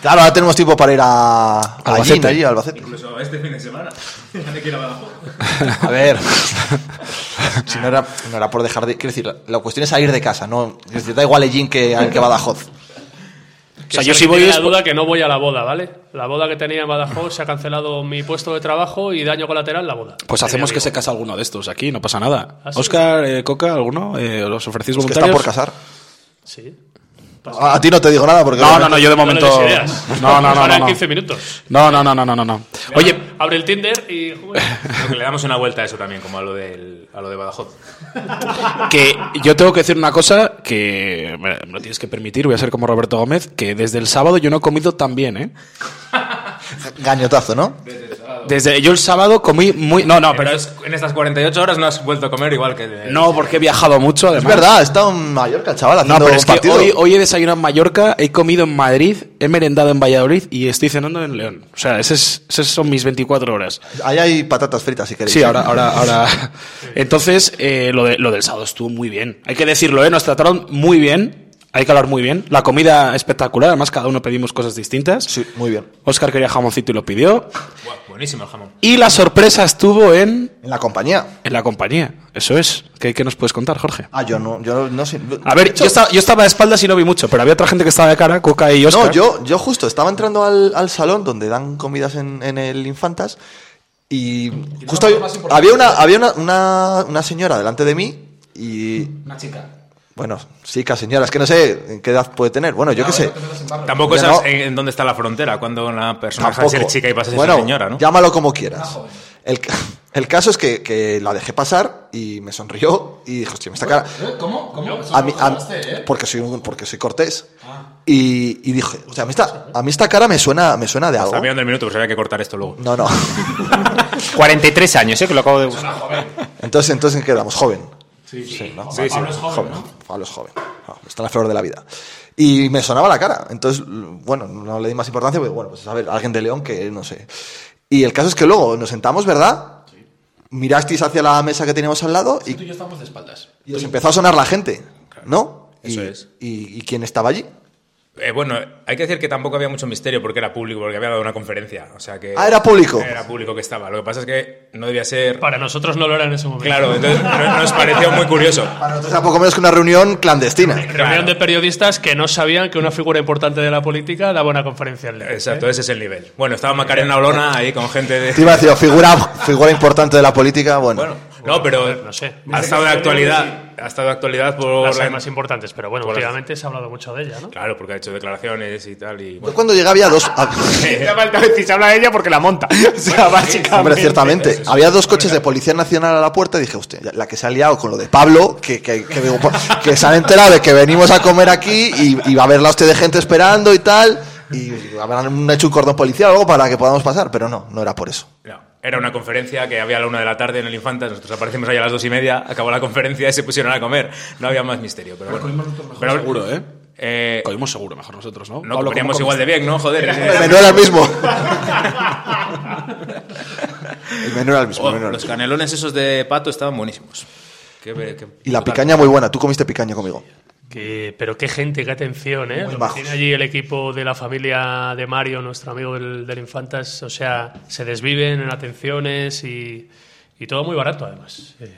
[SPEAKER 1] Claro, ahora tenemos tiempo para ir a, a
[SPEAKER 2] Albacete.
[SPEAKER 1] Gin, allí, a Albacete.
[SPEAKER 3] Incluso este fin de semana. Antes que ir a Badajoz.
[SPEAKER 1] A ver. si no era, no era por dejar de. Quiero decir, la, la cuestión es salir de casa, ¿no? Quiero decir, da igual Ellín que al que Badajoz.
[SPEAKER 5] O
[SPEAKER 2] sea, yo sí voy es
[SPEAKER 5] la
[SPEAKER 2] por-
[SPEAKER 5] duda que no voy a la boda, ¿vale? La boda que tenía en Badajoz se ha cancelado mi puesto de trabajo y daño colateral la boda.
[SPEAKER 2] Pues
[SPEAKER 5] Tenía
[SPEAKER 2] hacemos que
[SPEAKER 5] amigo.
[SPEAKER 2] se casa alguno de estos aquí, no pasa nada.
[SPEAKER 5] ¿Ah, sí?
[SPEAKER 2] Oscar, eh, Coca, ¿alguno? Eh, ¿Los ofrecéis
[SPEAKER 1] Que está
[SPEAKER 2] voluntarios?
[SPEAKER 1] por casar.
[SPEAKER 5] Sí.
[SPEAKER 1] A, a ti no te digo nada porque.
[SPEAKER 2] No, no, no, yo de
[SPEAKER 5] No le
[SPEAKER 2] momento.
[SPEAKER 5] des ideas.
[SPEAKER 2] No, no, no.
[SPEAKER 5] Ahora
[SPEAKER 2] No,
[SPEAKER 5] en
[SPEAKER 2] no,
[SPEAKER 5] 15 minutos.
[SPEAKER 2] no, no, no, no, no, no. Oye,
[SPEAKER 5] Abre el Tinder y.
[SPEAKER 3] Creo que le damos una vuelta a eso también, como a lo, del, a lo de Badajoz.
[SPEAKER 2] que yo tengo que decir una cosa que me me lo tienes que permitir, voy a ser como Roberto Gómez, que desde el sábado yo no he comido tan bien, ¿eh?
[SPEAKER 1] Gañotazo, ¿no?
[SPEAKER 2] Desde yo el sábado comí muy no, no, pero
[SPEAKER 3] Pero
[SPEAKER 2] es
[SPEAKER 3] es- en estas 48 horas no has vuelto a comer igual que. de-
[SPEAKER 2] no porque he viajado mucho,
[SPEAKER 1] Es
[SPEAKER 2] además.
[SPEAKER 1] verdad, está en Mallorca el chaval
[SPEAKER 2] No,
[SPEAKER 1] haciendo
[SPEAKER 2] pero es
[SPEAKER 1] un
[SPEAKER 2] que
[SPEAKER 1] partido.
[SPEAKER 2] hoy, hoy he desayunado en Mallorca, he comido en Madrid, he merendado en Valladolid y estoy cenando en León. O sea, esas, esas son mis 24 horas.
[SPEAKER 1] Ahí hay patatas fritas, si queréis.
[SPEAKER 2] Sí, ahora, ahora, ahora. Entonces, eh, lo, de- lo del sábado estuvo muy bien. Hay que decirlo, ¿eh? Nos trataron muy bien. Hay que hablar muy bien. La comida espectacular, además cada uno pedimos cosas distintas.
[SPEAKER 1] Sí, muy bien.
[SPEAKER 2] Oscar quería jamoncito y lo pidió.
[SPEAKER 3] Buah, buenísimo el jamón.
[SPEAKER 2] Y la sorpresa estuvo en,
[SPEAKER 1] En la compañía.
[SPEAKER 2] en la compañía. Eso es. ¿Qué, qué nos puedes contar, Jorge?
[SPEAKER 1] Ah, yo no, yo no sé.
[SPEAKER 2] A ver, yo estaba, yo estaba de espaldas y no vi mucho, pero había otra gente que estaba de cara, Coca y Oscar.
[SPEAKER 1] No, yo, yo justo estaba entrando al, al salón donde dan comidas en, en el Infantas y justo había, había una, había una, una, una señora delante de mí y... Una chica. Bueno, chica, señora, es que no sé en qué edad puede tener. Bueno, yo qué sé.
[SPEAKER 3] Tampoco
[SPEAKER 1] Ya
[SPEAKER 3] sabes
[SPEAKER 1] no.
[SPEAKER 3] en, en dónde está la frontera, cuando una persona Pues deja de
[SPEAKER 1] Tampoco.
[SPEAKER 3] ser chica y pasa a ser
[SPEAKER 1] bueno,
[SPEAKER 3] señora, ¿no?
[SPEAKER 1] llámalo como quieras. El, ca- el caso es que, que la dejé pasar y me sonrió y dijo, hostia, me está cara...
[SPEAKER 3] eh, ¿Cómo? ¿Cómo?
[SPEAKER 1] a mí- a-
[SPEAKER 3] ¿eh?
[SPEAKER 1] porque soy un- porque soy cortés
[SPEAKER 3] Ah.
[SPEAKER 1] y, y dije o sea a mí esta, a mí esta cara me suena me suena de algo
[SPEAKER 3] Está mirando el minuto, pues habría que cortar esto luego.
[SPEAKER 1] no no
[SPEAKER 4] 43 años, ¿eh? Que lo acabo de buscar.
[SPEAKER 1] Entonces, entonces ¿en qué quedamos? Joven. Sí, ¿no?
[SPEAKER 3] Sí, sí. Pablo es
[SPEAKER 1] joven. Pablo es joven. Ah, Está en la flor de la vida. Y me sonaba la cara. Entonces, l- bueno, no le di más importancia, pero bueno, pues a ver, alguien de León que no sé. Y el caso es que luego nos sentamos, ¿verdad? Mirasteis hacia la mesa que teníamos al lado y,
[SPEAKER 2] yo estábamos de espaldas.
[SPEAKER 1] y os empezó a sonar la gente, ¿no?
[SPEAKER 3] Eso
[SPEAKER 1] y,
[SPEAKER 3] es.
[SPEAKER 1] Y, y quién estaba allí?
[SPEAKER 3] Eh, bueno, hay que decir que tampoco había mucho misterio porque era público, porque había dado una conferencia. O sea que.
[SPEAKER 1] Ah, era público.
[SPEAKER 3] Era público que estaba. Lo que pasa es que no debía ser.
[SPEAKER 5] Para nosotros no lo era en ese momento.
[SPEAKER 3] Claro, entonces no- nos pareció muy curioso.
[SPEAKER 1] Para nosotros era poco menos que una reunión clandestina.
[SPEAKER 5] Reunión
[SPEAKER 3] Claro.
[SPEAKER 5] de periodistas que no sabían que una figura importante de la política daba una conferencia en línea.
[SPEAKER 3] Exacto, ese es el nivel. Bueno, estaba Macarena Olona ahí con gente de.
[SPEAKER 1] Te iba a decir, figura, figura importante de la política, bueno.
[SPEAKER 3] Bueno, no, pero.
[SPEAKER 5] no sé.
[SPEAKER 3] Ha estado de actualidad. Ha estado de actualidad por.
[SPEAKER 5] Las hay
[SPEAKER 3] la-
[SPEAKER 5] más importantes, pero bueno,
[SPEAKER 3] Por la-
[SPEAKER 5] últimamente se ha hablado mucho de ella, ¿no?
[SPEAKER 3] Claro, porque ha hecho declaraciones y tal. Y,
[SPEAKER 1] Yo
[SPEAKER 3] bueno.
[SPEAKER 1] cuando llegué había dos... ah,
[SPEAKER 4] Si se habla de ella porque la monta. O sea, básicamente.
[SPEAKER 1] Hombre, ciertamente. Había dos coches de Policía Nacional a la puerta y dije, usted, la que se ha liado con lo de Pablo, que, que, que digo, po- que se han enterado de que venimos a comer aquí y, y va a haber la hostia de gente esperando y tal. Y habrán hecho un cordón policial o algo para que podamos pasar, pero no, no era por eso.
[SPEAKER 3] No, era una conferencia que había a la una de la tarde en el Infantas, nosotros aparecimos ahí a las dos y media, acabó la conferencia y se pusieron a comer. No había más misterio, pero bueno. Pero-
[SPEAKER 2] Seguro, ¿eh?
[SPEAKER 3] Eh,
[SPEAKER 2] Comimos seguro, mejor nosotros, ¿no?
[SPEAKER 3] no
[SPEAKER 2] Pablo, ¿cómo
[SPEAKER 3] comeríamos
[SPEAKER 2] comiste?
[SPEAKER 3] igual de bien, ¿no? Joder.
[SPEAKER 1] El
[SPEAKER 3] eh.
[SPEAKER 1] menú era el mismo. El menú era el mismo.
[SPEAKER 3] Oh,
[SPEAKER 1] el menú era el
[SPEAKER 3] los
[SPEAKER 1] mismo.
[SPEAKER 3] canelones esos de pato estaban buenísimos. Qué ver- qué-
[SPEAKER 1] Y la picaña muy buena. Tú comiste picaña conmigo.
[SPEAKER 5] Que- pero qué gente, qué atención, ¿eh?
[SPEAKER 1] Muy
[SPEAKER 5] Lo que
[SPEAKER 1] majos.
[SPEAKER 5] tiene allí el equipo de la familia de Mario, nuestro amigo del, del Infantas, o sea, se desviven en atenciones y, Y todo muy barato, además. Eh,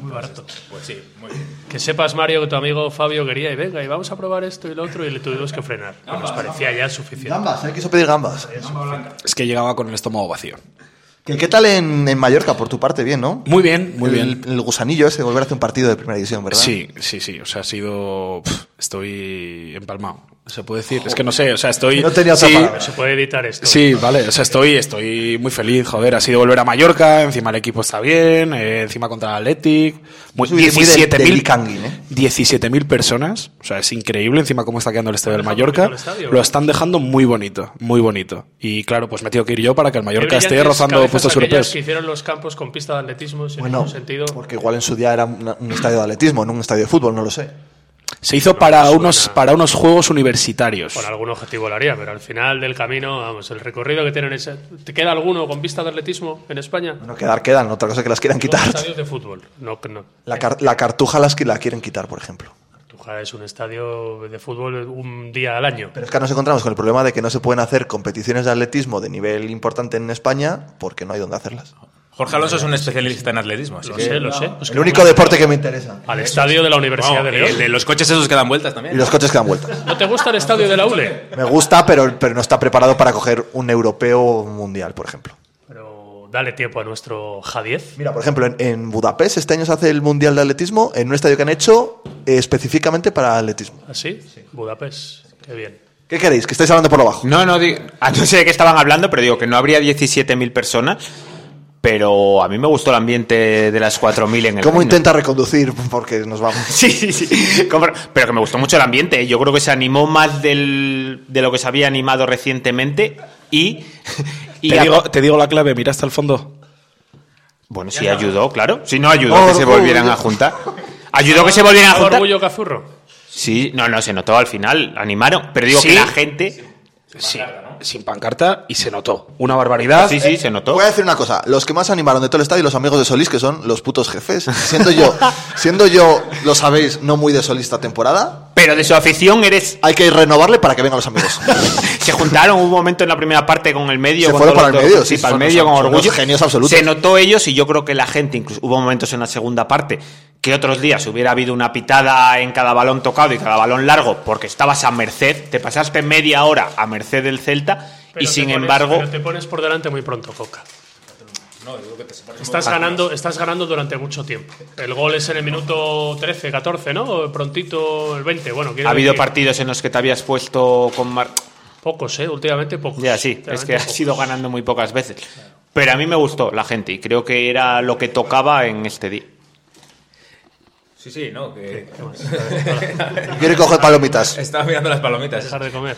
[SPEAKER 5] muy barato.
[SPEAKER 3] Pues sí, muy bien.
[SPEAKER 5] Que sepas, Mario, que tu amigo Fabio quería y venga, y vamos a probar esto y lo otro, y le tuvimos que frenar. que nos parecía ya suficiente.
[SPEAKER 1] Gambas, él quiso pedir gambas.
[SPEAKER 2] Es que llegaba con el estómago vacío.
[SPEAKER 1] ¿Qué, qué tal en, en Mallorca, por tu parte? Bien, ¿no?
[SPEAKER 2] Muy bien, muy
[SPEAKER 1] el,
[SPEAKER 2] bien.
[SPEAKER 1] El gusanillo ese de volver a hacer un partido de primera división, ¿verdad?
[SPEAKER 2] Sí, sí, sí. O sea, ha sido. pf, estoy empalmado. Se puede decir. Es que no sé, o sea, estoy.
[SPEAKER 1] No tenía otra
[SPEAKER 2] sí,
[SPEAKER 1] palabra.
[SPEAKER 5] Se puede editar esto.
[SPEAKER 2] Sí, vale, o sea, estoy, estoy muy feliz, joder, ha sido volver a Mallorca, encima el equipo está bien, eh, encima contra el Athletic, muy-
[SPEAKER 1] Muy de- muy de-
[SPEAKER 2] 17.000
[SPEAKER 1] de Likanguin, ¿eh?
[SPEAKER 2] 17.000 personas, o sea, es increíble, encima cómo está quedando el estadio del
[SPEAKER 5] dejado bonito
[SPEAKER 2] Mallorca,
[SPEAKER 5] el estadio,
[SPEAKER 2] lo
[SPEAKER 5] ¿no?
[SPEAKER 2] están dejando muy bonito, muy bonito. Y claro, pues me tengo que ir yo para que el
[SPEAKER 5] Qué
[SPEAKER 2] Mallorca esté
[SPEAKER 5] brillantes
[SPEAKER 2] rozando
[SPEAKER 5] cabezas
[SPEAKER 2] puestos
[SPEAKER 5] aquellas
[SPEAKER 2] europeos.
[SPEAKER 5] que hicieron los campos con pista de atletismo, en
[SPEAKER 1] Bueno,
[SPEAKER 5] ningún sentido.
[SPEAKER 1] porque igual en su día era una- un estadio de atletismo, no un estadio de fútbol, no lo sé.
[SPEAKER 2] Se hizo para
[SPEAKER 5] suena.
[SPEAKER 2] unos, para unos juegos universitarios.
[SPEAKER 5] Por algún objetivo lo haría, pero al final del camino, vamos, el recorrido que tienen ese... ¿Te queda alguno con pista de atletismo en España?
[SPEAKER 1] Bueno, quedar quedan, otra cosa que las quieran
[SPEAKER 5] Los
[SPEAKER 1] quitar.
[SPEAKER 5] estadios de fútbol. No, que no.
[SPEAKER 1] La, car- la cartuja las que la quieren quitar, por ejemplo.
[SPEAKER 5] Cartuja es un estadio de fútbol un día al año.
[SPEAKER 1] Pero es que ahora nos encontramos con el problema de que no se pueden hacer competiciones de atletismo de nivel importante en España porque no hay dónde hacerlas.
[SPEAKER 3] Jorge Alonso es un especialista en atletismo. así
[SPEAKER 5] Lo
[SPEAKER 3] que-
[SPEAKER 5] sé, lo sé. Pues
[SPEAKER 1] El único deporte que me interesa.
[SPEAKER 5] Al estadio de la Universidad
[SPEAKER 3] Vamos,
[SPEAKER 5] de León.
[SPEAKER 3] el de los coches esos que dan vueltas
[SPEAKER 1] Y
[SPEAKER 3] también.
[SPEAKER 1] los coches que dan vueltas.
[SPEAKER 5] ¿No te gusta el estadio de la E? ULE?
[SPEAKER 1] Me gusta, pero, pero no está preparado para coger un europeo mundial, por ejemplo.
[SPEAKER 5] Pero dale tiempo a nuestro Jadiez.
[SPEAKER 1] Mira, por ejemplo, en, en Budapest este año se hace el mundial de atletismo en un estadio que han hecho eh, específicamente para atletismo.
[SPEAKER 5] ¿Así? ¿Ah, Budapest. Qué bien.
[SPEAKER 1] ¿Qué queréis? Que estáis hablando por lo bajo.
[SPEAKER 4] No, no, di- ah, no sé de qué estaban hablando, pero digo que no habría 17.000 personas, pero a mí me gustó el ambiente de las 4.000 en el
[SPEAKER 1] ¿Cómo
[SPEAKER 4] Reino.
[SPEAKER 1] intenta reconducir? Porque nos vamos.
[SPEAKER 4] Sí, sí, sí. Como- Pero que me gustó mucho el ambiente. ¿eh? Yo creo que se animó más del- de lo que se había animado recientemente y... y
[SPEAKER 2] Te
[SPEAKER 4] a-
[SPEAKER 2] digo, te digo la clave, mira hasta el fondo.
[SPEAKER 4] Bueno, sí ayudó, claro. Si no ayudó que se
[SPEAKER 1] Orgullo.
[SPEAKER 4] volvieran a juntar. Ayudó que se volvieran a juntar.
[SPEAKER 5] Orgullo Cazurro.
[SPEAKER 4] Sí, no, no, se notó al final. Animaron. Pero digo
[SPEAKER 2] Sí.
[SPEAKER 4] que la gente...
[SPEAKER 2] Sí, sin pancarta y se notó. Una barbaridad.
[SPEAKER 4] Sí, sí, se notó.
[SPEAKER 1] Voy
[SPEAKER 2] Pues-
[SPEAKER 1] a decir una cosa, los que más animaron de todo el estadio los amigos de Solís, que son los putos jefes. Siendo yo, siendo yo, lo sabéis, no muy de Solís esta temporada,
[SPEAKER 4] Pero de su afición eres...
[SPEAKER 1] hay que renovarle para que vengan los amigos.
[SPEAKER 4] Se juntaron un momento en la primera parte con el medio.
[SPEAKER 1] Se
[SPEAKER 4] con
[SPEAKER 1] fueron
[SPEAKER 4] todos
[SPEAKER 1] para
[SPEAKER 4] los-
[SPEAKER 1] el medio,
[SPEAKER 4] sí,
[SPEAKER 1] sí,
[SPEAKER 4] para el
[SPEAKER 1] son-
[SPEAKER 4] medio
[SPEAKER 1] son-
[SPEAKER 4] con
[SPEAKER 1] son
[SPEAKER 4] orgullo.
[SPEAKER 1] unos genios absolutos.
[SPEAKER 4] Se notó ellos y yo creo que la gente, incluso hubo momentos en la segunda parte que otros días hubiera habido una pitada en cada balón tocado y cada balón largo porque estabas a merced, te pasaste media hora a merced del Celta y
[SPEAKER 5] Pero
[SPEAKER 4] sin
[SPEAKER 5] te pones-
[SPEAKER 4] embargo...
[SPEAKER 5] pero te pones por delante muy pronto, Coca. Estás ganando, estás ganando durante mucho tiempo. El gol es en el minuto 13, 14, ¿no? Prontito el 20. Bueno, quiero
[SPEAKER 4] Ha habido
[SPEAKER 5] decir,
[SPEAKER 4] partidos en los que te habías puesto con mar...
[SPEAKER 5] Pocos, ¿eh? Últimamente pocos.
[SPEAKER 4] Ya, sí, es
[SPEAKER 5] Últimamente
[SPEAKER 4] que has
[SPEAKER 5] pocos.
[SPEAKER 4] ido ganando muy pocas veces. Pero a mí me gustó la gente y creo que era lo que tocaba en este día.
[SPEAKER 3] Sí, sí, no. Que...
[SPEAKER 1] Quiero coger palomitas.
[SPEAKER 3] Estaba mirando las palomitas.
[SPEAKER 5] Dejar de comer.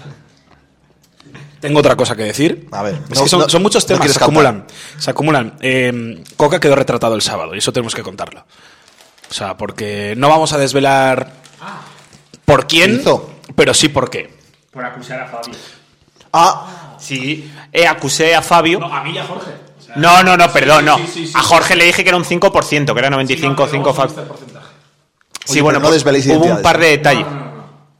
[SPEAKER 2] Tengo otra cosa que decir.
[SPEAKER 1] A ver,
[SPEAKER 2] Es
[SPEAKER 1] no-
[SPEAKER 2] que son,
[SPEAKER 1] no-
[SPEAKER 2] son muchos
[SPEAKER 1] no
[SPEAKER 2] temas,
[SPEAKER 1] quieres
[SPEAKER 2] se
[SPEAKER 1] cantar.
[SPEAKER 2] acumulan. Se acumulan. Eh, Coca quedó retratado el sábado y eso tenemos que contarlo. O sea, porque no vamos a desvelar por quién,
[SPEAKER 1] Hizo.
[SPEAKER 2] pero sí por qué.
[SPEAKER 4] Por acusar a Fabio.
[SPEAKER 1] Ah,
[SPEAKER 4] Sí, eh, acusé a Fabio.
[SPEAKER 2] A mí y a Jorge.
[SPEAKER 4] No, no, no, perdón, no. A Jorge le dije que era un 5%, que era 95, 5 Fabio. Sí,
[SPEAKER 1] Oye,
[SPEAKER 4] bueno,
[SPEAKER 1] pero no
[SPEAKER 4] pues
[SPEAKER 1] desveléis
[SPEAKER 4] hubo un
[SPEAKER 1] identidades.
[SPEAKER 4] par de detalles.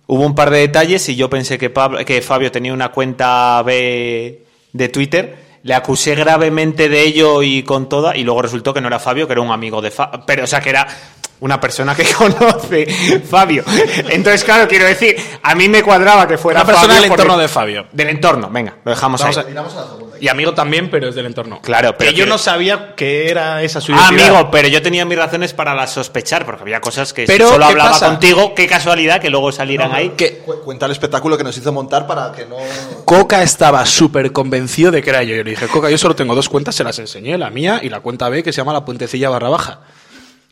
[SPEAKER 4] Hubo un par de detalles y yo pensé que, Pablo- que Fabio tenía una cuenta B de Twitter. Le acusé gravemente de ello y con toda, y luego resultó que no era Fabio, que era un amigo de Fabio. Pero, o sea, que era una persona que conoce Fabio. Entonces, claro, quiero decir, a mí me cuadraba que fuera
[SPEAKER 2] Una persona
[SPEAKER 4] Fabio
[SPEAKER 2] del
[SPEAKER 4] porque-
[SPEAKER 2] entorno de Fabio.
[SPEAKER 4] Del entorno, venga, lo dejamos
[SPEAKER 2] Vamos
[SPEAKER 4] ahí.
[SPEAKER 2] a- y amigo también, pero es del entorno.
[SPEAKER 4] Claro, pero
[SPEAKER 2] que yo
[SPEAKER 4] que-
[SPEAKER 2] no sabía que era esa su
[SPEAKER 4] Ah,
[SPEAKER 2] identidad.
[SPEAKER 4] amigo, pero yo tenía mis razones para las sospechar, porque había cosas que si
[SPEAKER 2] Pero,
[SPEAKER 4] solo
[SPEAKER 2] ¿qué
[SPEAKER 4] hablaba
[SPEAKER 2] pasa?
[SPEAKER 4] contigo, qué casualidad que luego salieran ahí.
[SPEAKER 2] Que
[SPEAKER 1] cu- cuenta el espectáculo que nos hizo montar para que no...
[SPEAKER 2] Coca estaba súper convencido de que era yo. Yo le dije, Coca, yo solo tengo dos cuentas, se las enseñé, la mía y la cuenta B que se llama la puentecilla barra baja.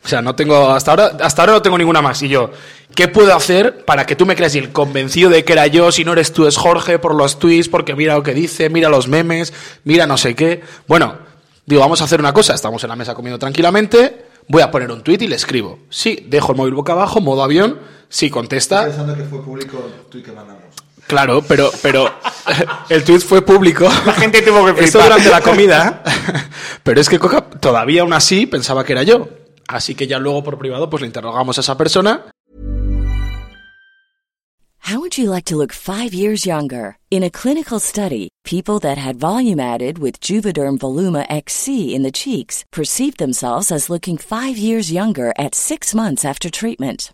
[SPEAKER 2] O sea, no tengo, hasta ahora, hasta ahora no tengo ninguna más. Y yo, ¿qué puedo hacer para que tú me creas y el convencido de que era yo, si no eres tú, es Jorge, por los tweets, porque mira lo que dice, mira los memes, mira no sé qué? Bueno, digo, vamos a hacer una cosa, estamos en la mesa comiendo tranquilamente, voy a poner un tweet y le escribo. Sí, dejo el móvil boca abajo, modo avión, sí contesta,
[SPEAKER 1] Pensando que fue público tú y que mandamos.
[SPEAKER 2] Claro, pero, pero el tweet fue público.
[SPEAKER 4] La gente tuvo que flipar.
[SPEAKER 2] Esto durante la comida. Pero es que Coca todavía aún así pensaba que era yo. Así que ya luego por privado pues le interrogamos a esa persona
[SPEAKER 6] How would you like to look five years younger? In a clinical study, people that had volume added with Juvederm Voluma XC in the cheeks perceived themselves as looking five years younger at six months after treatment.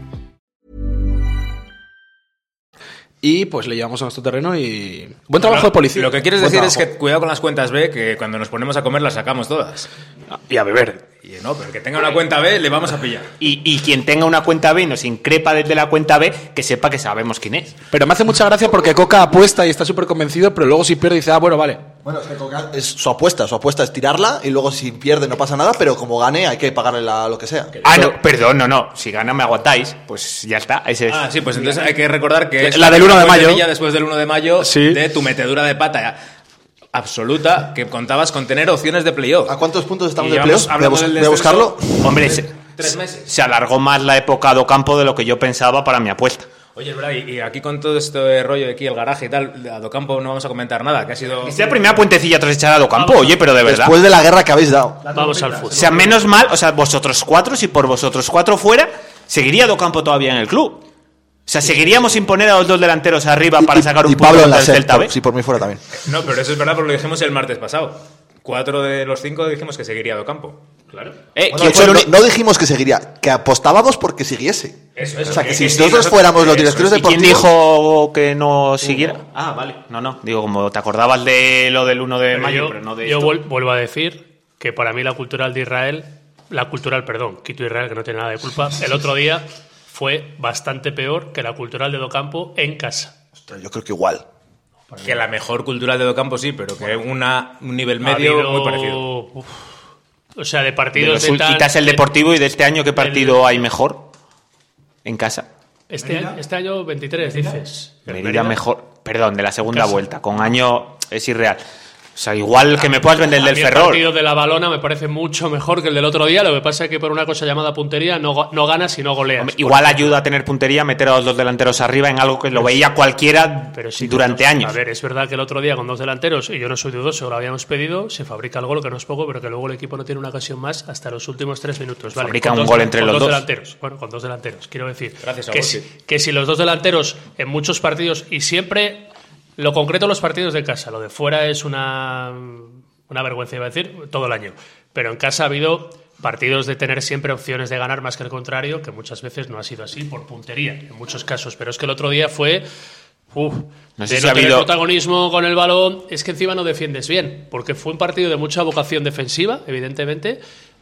[SPEAKER 2] Y pues le llevamos a nuestro terreno y. Buen trabajo de policía.
[SPEAKER 3] Lo que quieres
[SPEAKER 2] Buen
[SPEAKER 3] decir es
[SPEAKER 2] trabajo.
[SPEAKER 3] que cuidado con las cuentas B, que cuando nos ponemos a comer las sacamos todas.
[SPEAKER 2] Y a beber.
[SPEAKER 3] Y no, pero el que tenga una cuenta B le vamos a pillar.
[SPEAKER 4] Y, y quien tenga una cuenta B y nos increpa desde la cuenta B, que sepa que sabemos quién es.
[SPEAKER 2] Pero me hace mucha gracia porque Coca apuesta y está súper convencido, pero luego si pierde dice, ah, bueno, vale.
[SPEAKER 1] Bueno, es que Coca- es su apuesta, su apuesta es tirarla y luego si pierde no pasa nada, pero como gane hay que pagarle la, lo que sea.
[SPEAKER 4] Ah, no, perdón, no, no. Si gana me aguantáis, pues ya está. Ese es.
[SPEAKER 3] Ah, sí, pues entonces hay que recordar que es
[SPEAKER 2] La del 1 de mayo.
[SPEAKER 3] cuentanilla después del 1 de mayo
[SPEAKER 2] Sí.
[SPEAKER 3] de tu metedura de pata absoluta que contabas con tener opciones de playoff.
[SPEAKER 1] ¿A cuántos puntos estamos
[SPEAKER 3] Y
[SPEAKER 1] de playoff?
[SPEAKER 3] llevamos-
[SPEAKER 1] Voy a
[SPEAKER 3] hablamos
[SPEAKER 1] bus-
[SPEAKER 3] del
[SPEAKER 1] voy a
[SPEAKER 3] descenso.
[SPEAKER 1] buscarlo.
[SPEAKER 4] Hombre, se,
[SPEAKER 3] Tres meses.
[SPEAKER 4] se alargó más la época de Ocampo de lo que yo pensaba para mi apuesta.
[SPEAKER 3] Oye, es verdad, y, y aquí con todo este rollo de aquí, el garaje y tal, a Docampo no vamos a comentar nada, que ha sido...
[SPEAKER 4] Es la primera puentecilla tras echar a Ocampo, oye, pero de verdad.
[SPEAKER 1] Después de la guerra que habéis dado.
[SPEAKER 5] Vamos al
[SPEAKER 4] O
[SPEAKER 5] fútbol.
[SPEAKER 4] sea, menos mal, o sea, vosotros cuatro, si por vosotros cuatro fuera, seguiría Docampo todavía en el club. O sea, seguiríamos sin poner a los dos delanteros arriba para
[SPEAKER 1] Y-
[SPEAKER 4] sacar
[SPEAKER 1] y
[SPEAKER 4] un punto
[SPEAKER 1] Pablo en
[SPEAKER 4] contra
[SPEAKER 1] la
[SPEAKER 4] el
[SPEAKER 1] SER,
[SPEAKER 4] Celta B.
[SPEAKER 1] por- si por mí fuera también.
[SPEAKER 3] No, pero eso es verdad porque lo dijimos el martes pasado. Cuatro de los cinco dijimos que seguiría Docampo. Claro.
[SPEAKER 1] Bueno, pues
[SPEAKER 4] Eh, ¿quién
[SPEAKER 1] de
[SPEAKER 4] fue
[SPEAKER 1] hecho,
[SPEAKER 4] el
[SPEAKER 1] no,
[SPEAKER 4] uni-
[SPEAKER 1] no dijimos que seguiría, que apostábamos porque siguiese.
[SPEAKER 3] Eso, eso,
[SPEAKER 1] o sea, que,
[SPEAKER 3] que-
[SPEAKER 1] si
[SPEAKER 3] que sí,
[SPEAKER 1] nosotros
[SPEAKER 3] nosotros-
[SPEAKER 1] fuéramos los
[SPEAKER 3] eso,
[SPEAKER 1] directores
[SPEAKER 3] ¿y
[SPEAKER 4] ¿Y quién
[SPEAKER 1] deportivos...
[SPEAKER 4] dijo que no siguiera? Ah, vale. No, no. Digo, como te acordabas de lo del 1 de mayo,
[SPEAKER 5] yo
[SPEAKER 4] pero no de.
[SPEAKER 5] yo
[SPEAKER 4] esto.
[SPEAKER 5] vuel- vuelvo a decir que para mí la cultural de Israel, la cultural, perdón, Quito Israel, que no tiene nada de culpa, el otro día fue bastante peor que la cultural de Docampo en casa.
[SPEAKER 1] Ostras, Yo creo que igual.
[SPEAKER 3] Que la mejor cultura de Docampo sí, pero que una, un nivel
[SPEAKER 5] Ha
[SPEAKER 3] medio
[SPEAKER 5] habido,
[SPEAKER 3] muy parecido.
[SPEAKER 5] uf, o sea, de
[SPEAKER 4] De
[SPEAKER 5] partidos
[SPEAKER 4] los
[SPEAKER 5] de
[SPEAKER 4] ul-
[SPEAKER 5] tal-
[SPEAKER 4] Quitas el
[SPEAKER 5] de-
[SPEAKER 4] deportivo y de este año, ¿qué partido hay mejor? En casa.
[SPEAKER 5] Este, año- este año 23, dices.
[SPEAKER 4] Medida mejor. Perdón, de la segunda vuelta. Con año es irreal. O sea, igual que me puedas vender el
[SPEAKER 5] A
[SPEAKER 4] del
[SPEAKER 5] mí el
[SPEAKER 4] Ferrol.
[SPEAKER 5] partido de la balona me parece mucho mejor que el del otro día. Lo que pasa es que por una cosa llamada puntería no, go- no ganas y no goleas.
[SPEAKER 4] Hombre, igual ayuda a tener puntería, meter a los dos delanteros arriba en algo que lo veía cualquiera
[SPEAKER 5] Pero sí,
[SPEAKER 4] durante
[SPEAKER 5] con dos-
[SPEAKER 4] años.
[SPEAKER 5] A ver, es verdad que el otro día con dos delanteros, y yo no soy dudoso, lo habíamos pedido, se fabrica el gol, que no es poco, pero que luego el equipo no tiene una ocasión más hasta los últimos tres minutos. Vale,
[SPEAKER 4] Fabrica
[SPEAKER 5] con
[SPEAKER 4] un
[SPEAKER 5] dos-
[SPEAKER 4] gol entre
[SPEAKER 5] con
[SPEAKER 4] los dos.
[SPEAKER 5] delanteros. Bueno, con dos delanteros, quiero decir.
[SPEAKER 3] Gracias a
[SPEAKER 5] que,
[SPEAKER 3] vos,
[SPEAKER 5] si,
[SPEAKER 3] sí.
[SPEAKER 5] que si los dos delanteros en muchos partidos, y siempre lo concreto los partidos de casa, lo de fuera es una, una vergüenza, iba a decir, todo el año. Pero en casa ha habido partidos de tener siempre opciones de ganar más que el contrario, que muchas veces no ha sido así por puntería, en muchos casos. Pero es que el otro día fue... Uf,
[SPEAKER 4] No sé
[SPEAKER 5] de
[SPEAKER 4] si
[SPEAKER 5] no
[SPEAKER 4] ha
[SPEAKER 5] tener
[SPEAKER 4] habido-
[SPEAKER 5] protagonismo con el balón, es que encima no defiendes bien, porque fue un partido de mucha vocación defensiva, evidentemente,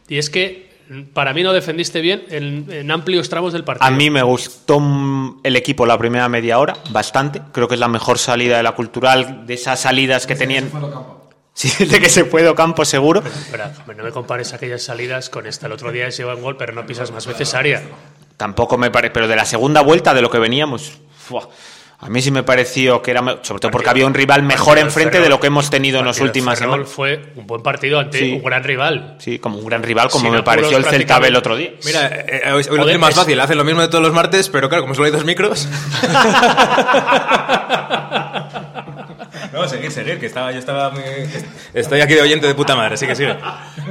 [SPEAKER 5] y es que mm, para mí no defendiste bien en, en amplios tramos del partido.
[SPEAKER 4] A mí me gustó mm, el equipo la primera media hora, bastante. Creo que es la mejor salida de la cultural, de esas salidas que tenían. Sí, de que se puede Ocampo, seguro.
[SPEAKER 5] Espera, hombre, no me compares aquellas salidas con esta. El otro día es lleva un gol, pero no pisas más veces área.
[SPEAKER 4] Tampoco me parece, pero de la segunda vuelta de lo que veníamos, ¡fua! a mí sí me pareció que era, me- sobre todo porque había un rival mejor
[SPEAKER 3] partido
[SPEAKER 4] enfrente
[SPEAKER 3] Ferrol.
[SPEAKER 4] de lo que hemos tenido en las
[SPEAKER 3] Partido
[SPEAKER 4] últimas
[SPEAKER 3] Ferrol
[SPEAKER 4] semanas.
[SPEAKER 5] Fue un buen partido ante
[SPEAKER 4] Sí.
[SPEAKER 5] un gran rival.
[SPEAKER 4] Sí, como un gran rival, como
[SPEAKER 5] Sin
[SPEAKER 4] me
[SPEAKER 5] apuros
[SPEAKER 4] pareció el Celta B el
[SPEAKER 5] prácticamente.
[SPEAKER 4] otro día.
[SPEAKER 3] Mira, eh, eh, hoy, hoy lo
[SPEAKER 5] Joder,
[SPEAKER 3] tiene más
[SPEAKER 5] es-
[SPEAKER 3] fácil, hacen lo mismo de todos los martes, pero claro, como solo hay dos micros... No, seguir, seguir, que estaba, yo estaba muy... Estoy aquí de oyente de puta madre, así que sigue.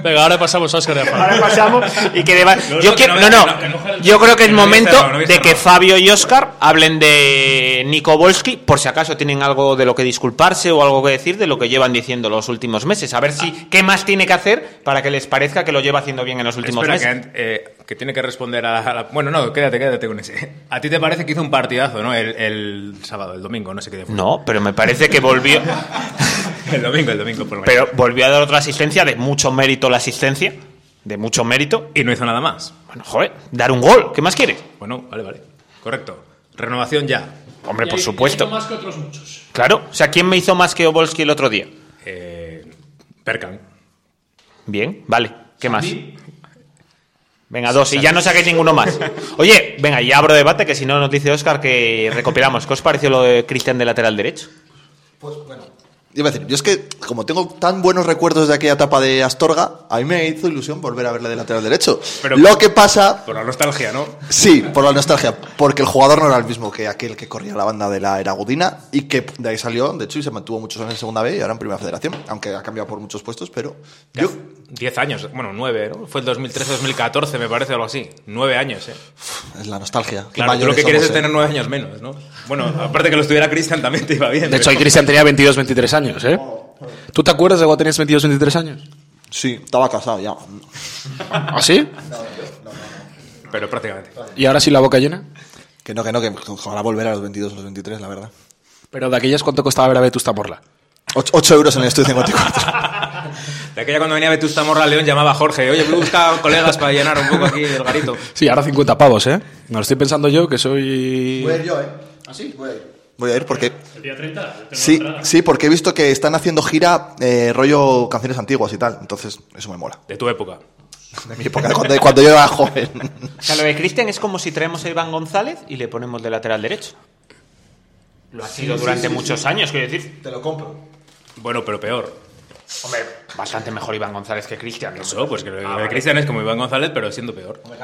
[SPEAKER 5] Venga, ahora pasamos a Oscar y a Fabio.
[SPEAKER 4] Ahora pasamos y que deba-
[SPEAKER 3] No, no,
[SPEAKER 4] Yo
[SPEAKER 3] que
[SPEAKER 4] quiero-
[SPEAKER 3] no
[SPEAKER 4] no,
[SPEAKER 3] voy
[SPEAKER 4] no.
[SPEAKER 3] a- no, que no fuera el-
[SPEAKER 4] Yo creo que es
[SPEAKER 3] que no voy a
[SPEAKER 4] momento
[SPEAKER 3] cerrar, no voy a
[SPEAKER 4] de que
[SPEAKER 3] cerrar.
[SPEAKER 4] Fabio y Oscar hablen de Nikobolski, por si acaso tienen algo de lo que disculparse o algo que decir de lo que llevan diciendo los últimos meses. A ver si
[SPEAKER 3] Ah.
[SPEAKER 4] qué más tiene que hacer para que les parezca que lo lleva haciendo bien en los últimos
[SPEAKER 3] Espera,
[SPEAKER 4] meses.
[SPEAKER 3] que, ant- eh, que tiene que responder a la, a la- Bueno, no, quédate, quédate con ese. A ti te parece que hizo un partidazo, ¿no? El, el sábado, el domingo, no sé qué día fue.
[SPEAKER 4] No, pero me parece que volvió.
[SPEAKER 3] El domingo, el domingo, por lo menos.
[SPEAKER 4] Pero volvió a dar otra asistencia, de mucho mérito la asistencia, de mucho mérito.
[SPEAKER 3] Y no hizo nada más.
[SPEAKER 4] Bueno, joder, dar un gol, ¿qué más quieres?
[SPEAKER 3] Bueno, vale, vale. Correcto. Renovación ya.
[SPEAKER 4] Hombre, por supuesto.
[SPEAKER 5] más que otros muchos.
[SPEAKER 4] Claro, o sea, ¿quién me hizo más que Obolski el otro día?
[SPEAKER 3] Eh, Perkan.
[SPEAKER 4] Bien, vale, ¿qué más? Venga, dos, y ya no saquéis ninguno más. Oye, venga, ya abro debate, que si no nos dice Oscar que recopilamos. ¿Qué os pareció lo de Cristian de lateral derecho?
[SPEAKER 1] Iba a decir, yo es que, como tengo tan buenos recuerdos de aquella etapa de Astorga, a mí me hizo ilusión volver a verle de lateral derecho.
[SPEAKER 3] Pero-
[SPEAKER 1] Lo que pasa,
[SPEAKER 3] Por la nostalgia, ¿no?
[SPEAKER 1] sí, por la nostalgia, porque el jugador no era el mismo que aquel que corría la banda de la era Godina y que de ahí salió, de hecho, y se mantuvo muchos años en segunda B y ahora en primera federación, aunque ha cambiado por muchos puestos, pero yo,
[SPEAKER 3] Diez años, bueno, nueve, ¿no? Fue el 2013-2014, me parece, algo así. Nueve años, ¿eh?
[SPEAKER 1] es la nostalgia. Qué
[SPEAKER 3] Claro, tú lo
[SPEAKER 1] mayores
[SPEAKER 3] que quieres es
[SPEAKER 1] somos, eh.
[SPEAKER 3] tener nueve años menos, ¿no? Bueno, aparte que lo estuviera Cristian también te iba bien. ¿eh?
[SPEAKER 2] De hecho, ahí Cristian tenía 22, 23 años, ¿eh? ¿Tú te acuerdas de cuando tenías 22, 23 años?
[SPEAKER 1] Sí, estaba casado ya.
[SPEAKER 2] ¿Ah, sí?
[SPEAKER 3] Pero prácticamente.
[SPEAKER 2] ¿Y ahora sí la boca llena?
[SPEAKER 1] Que no, que no, que ojalá volver a los 22 o los 23, la verdad.
[SPEAKER 2] Pero de aquellas, ¿cuánto costaba ver a Vetusta Morla?
[SPEAKER 1] 8 euros en el estudio 54.
[SPEAKER 3] De aquella cuando venía Vetusta Morra León llamaba a Jorge, oye, busca colegas para llenar un poco aquí el garito.
[SPEAKER 2] Sí, ahora 50 pavos, ¿eh? No lo estoy pensando yo, que soy...
[SPEAKER 1] yo, ¿eh? ¿Ah, sí? Voy a ir. Voy a ir porque...
[SPEAKER 5] El día 30. yo tengo
[SPEAKER 1] Sí,
[SPEAKER 5] entrada.
[SPEAKER 1] sí, porque he visto que están haciendo gira eh, rollo canciones antiguas y tal. Entonces, eso me mola.
[SPEAKER 3] De tu época.
[SPEAKER 1] De mi época, de cuando, de cuando yo era joven.
[SPEAKER 4] O sea, lo de Cristian es como si traemos a Iván González y le ponemos de lateral derecho. Lo ha sido durante muchos años, quiero decir.
[SPEAKER 1] Te lo compro.
[SPEAKER 3] Bueno, pero peor.
[SPEAKER 4] Hombre, bastante mejor Iván González que Cristian. ¿no? Ah,
[SPEAKER 3] Eso, pues que lo de Cristian es como Iván González, pero siendo peor.
[SPEAKER 1] Pues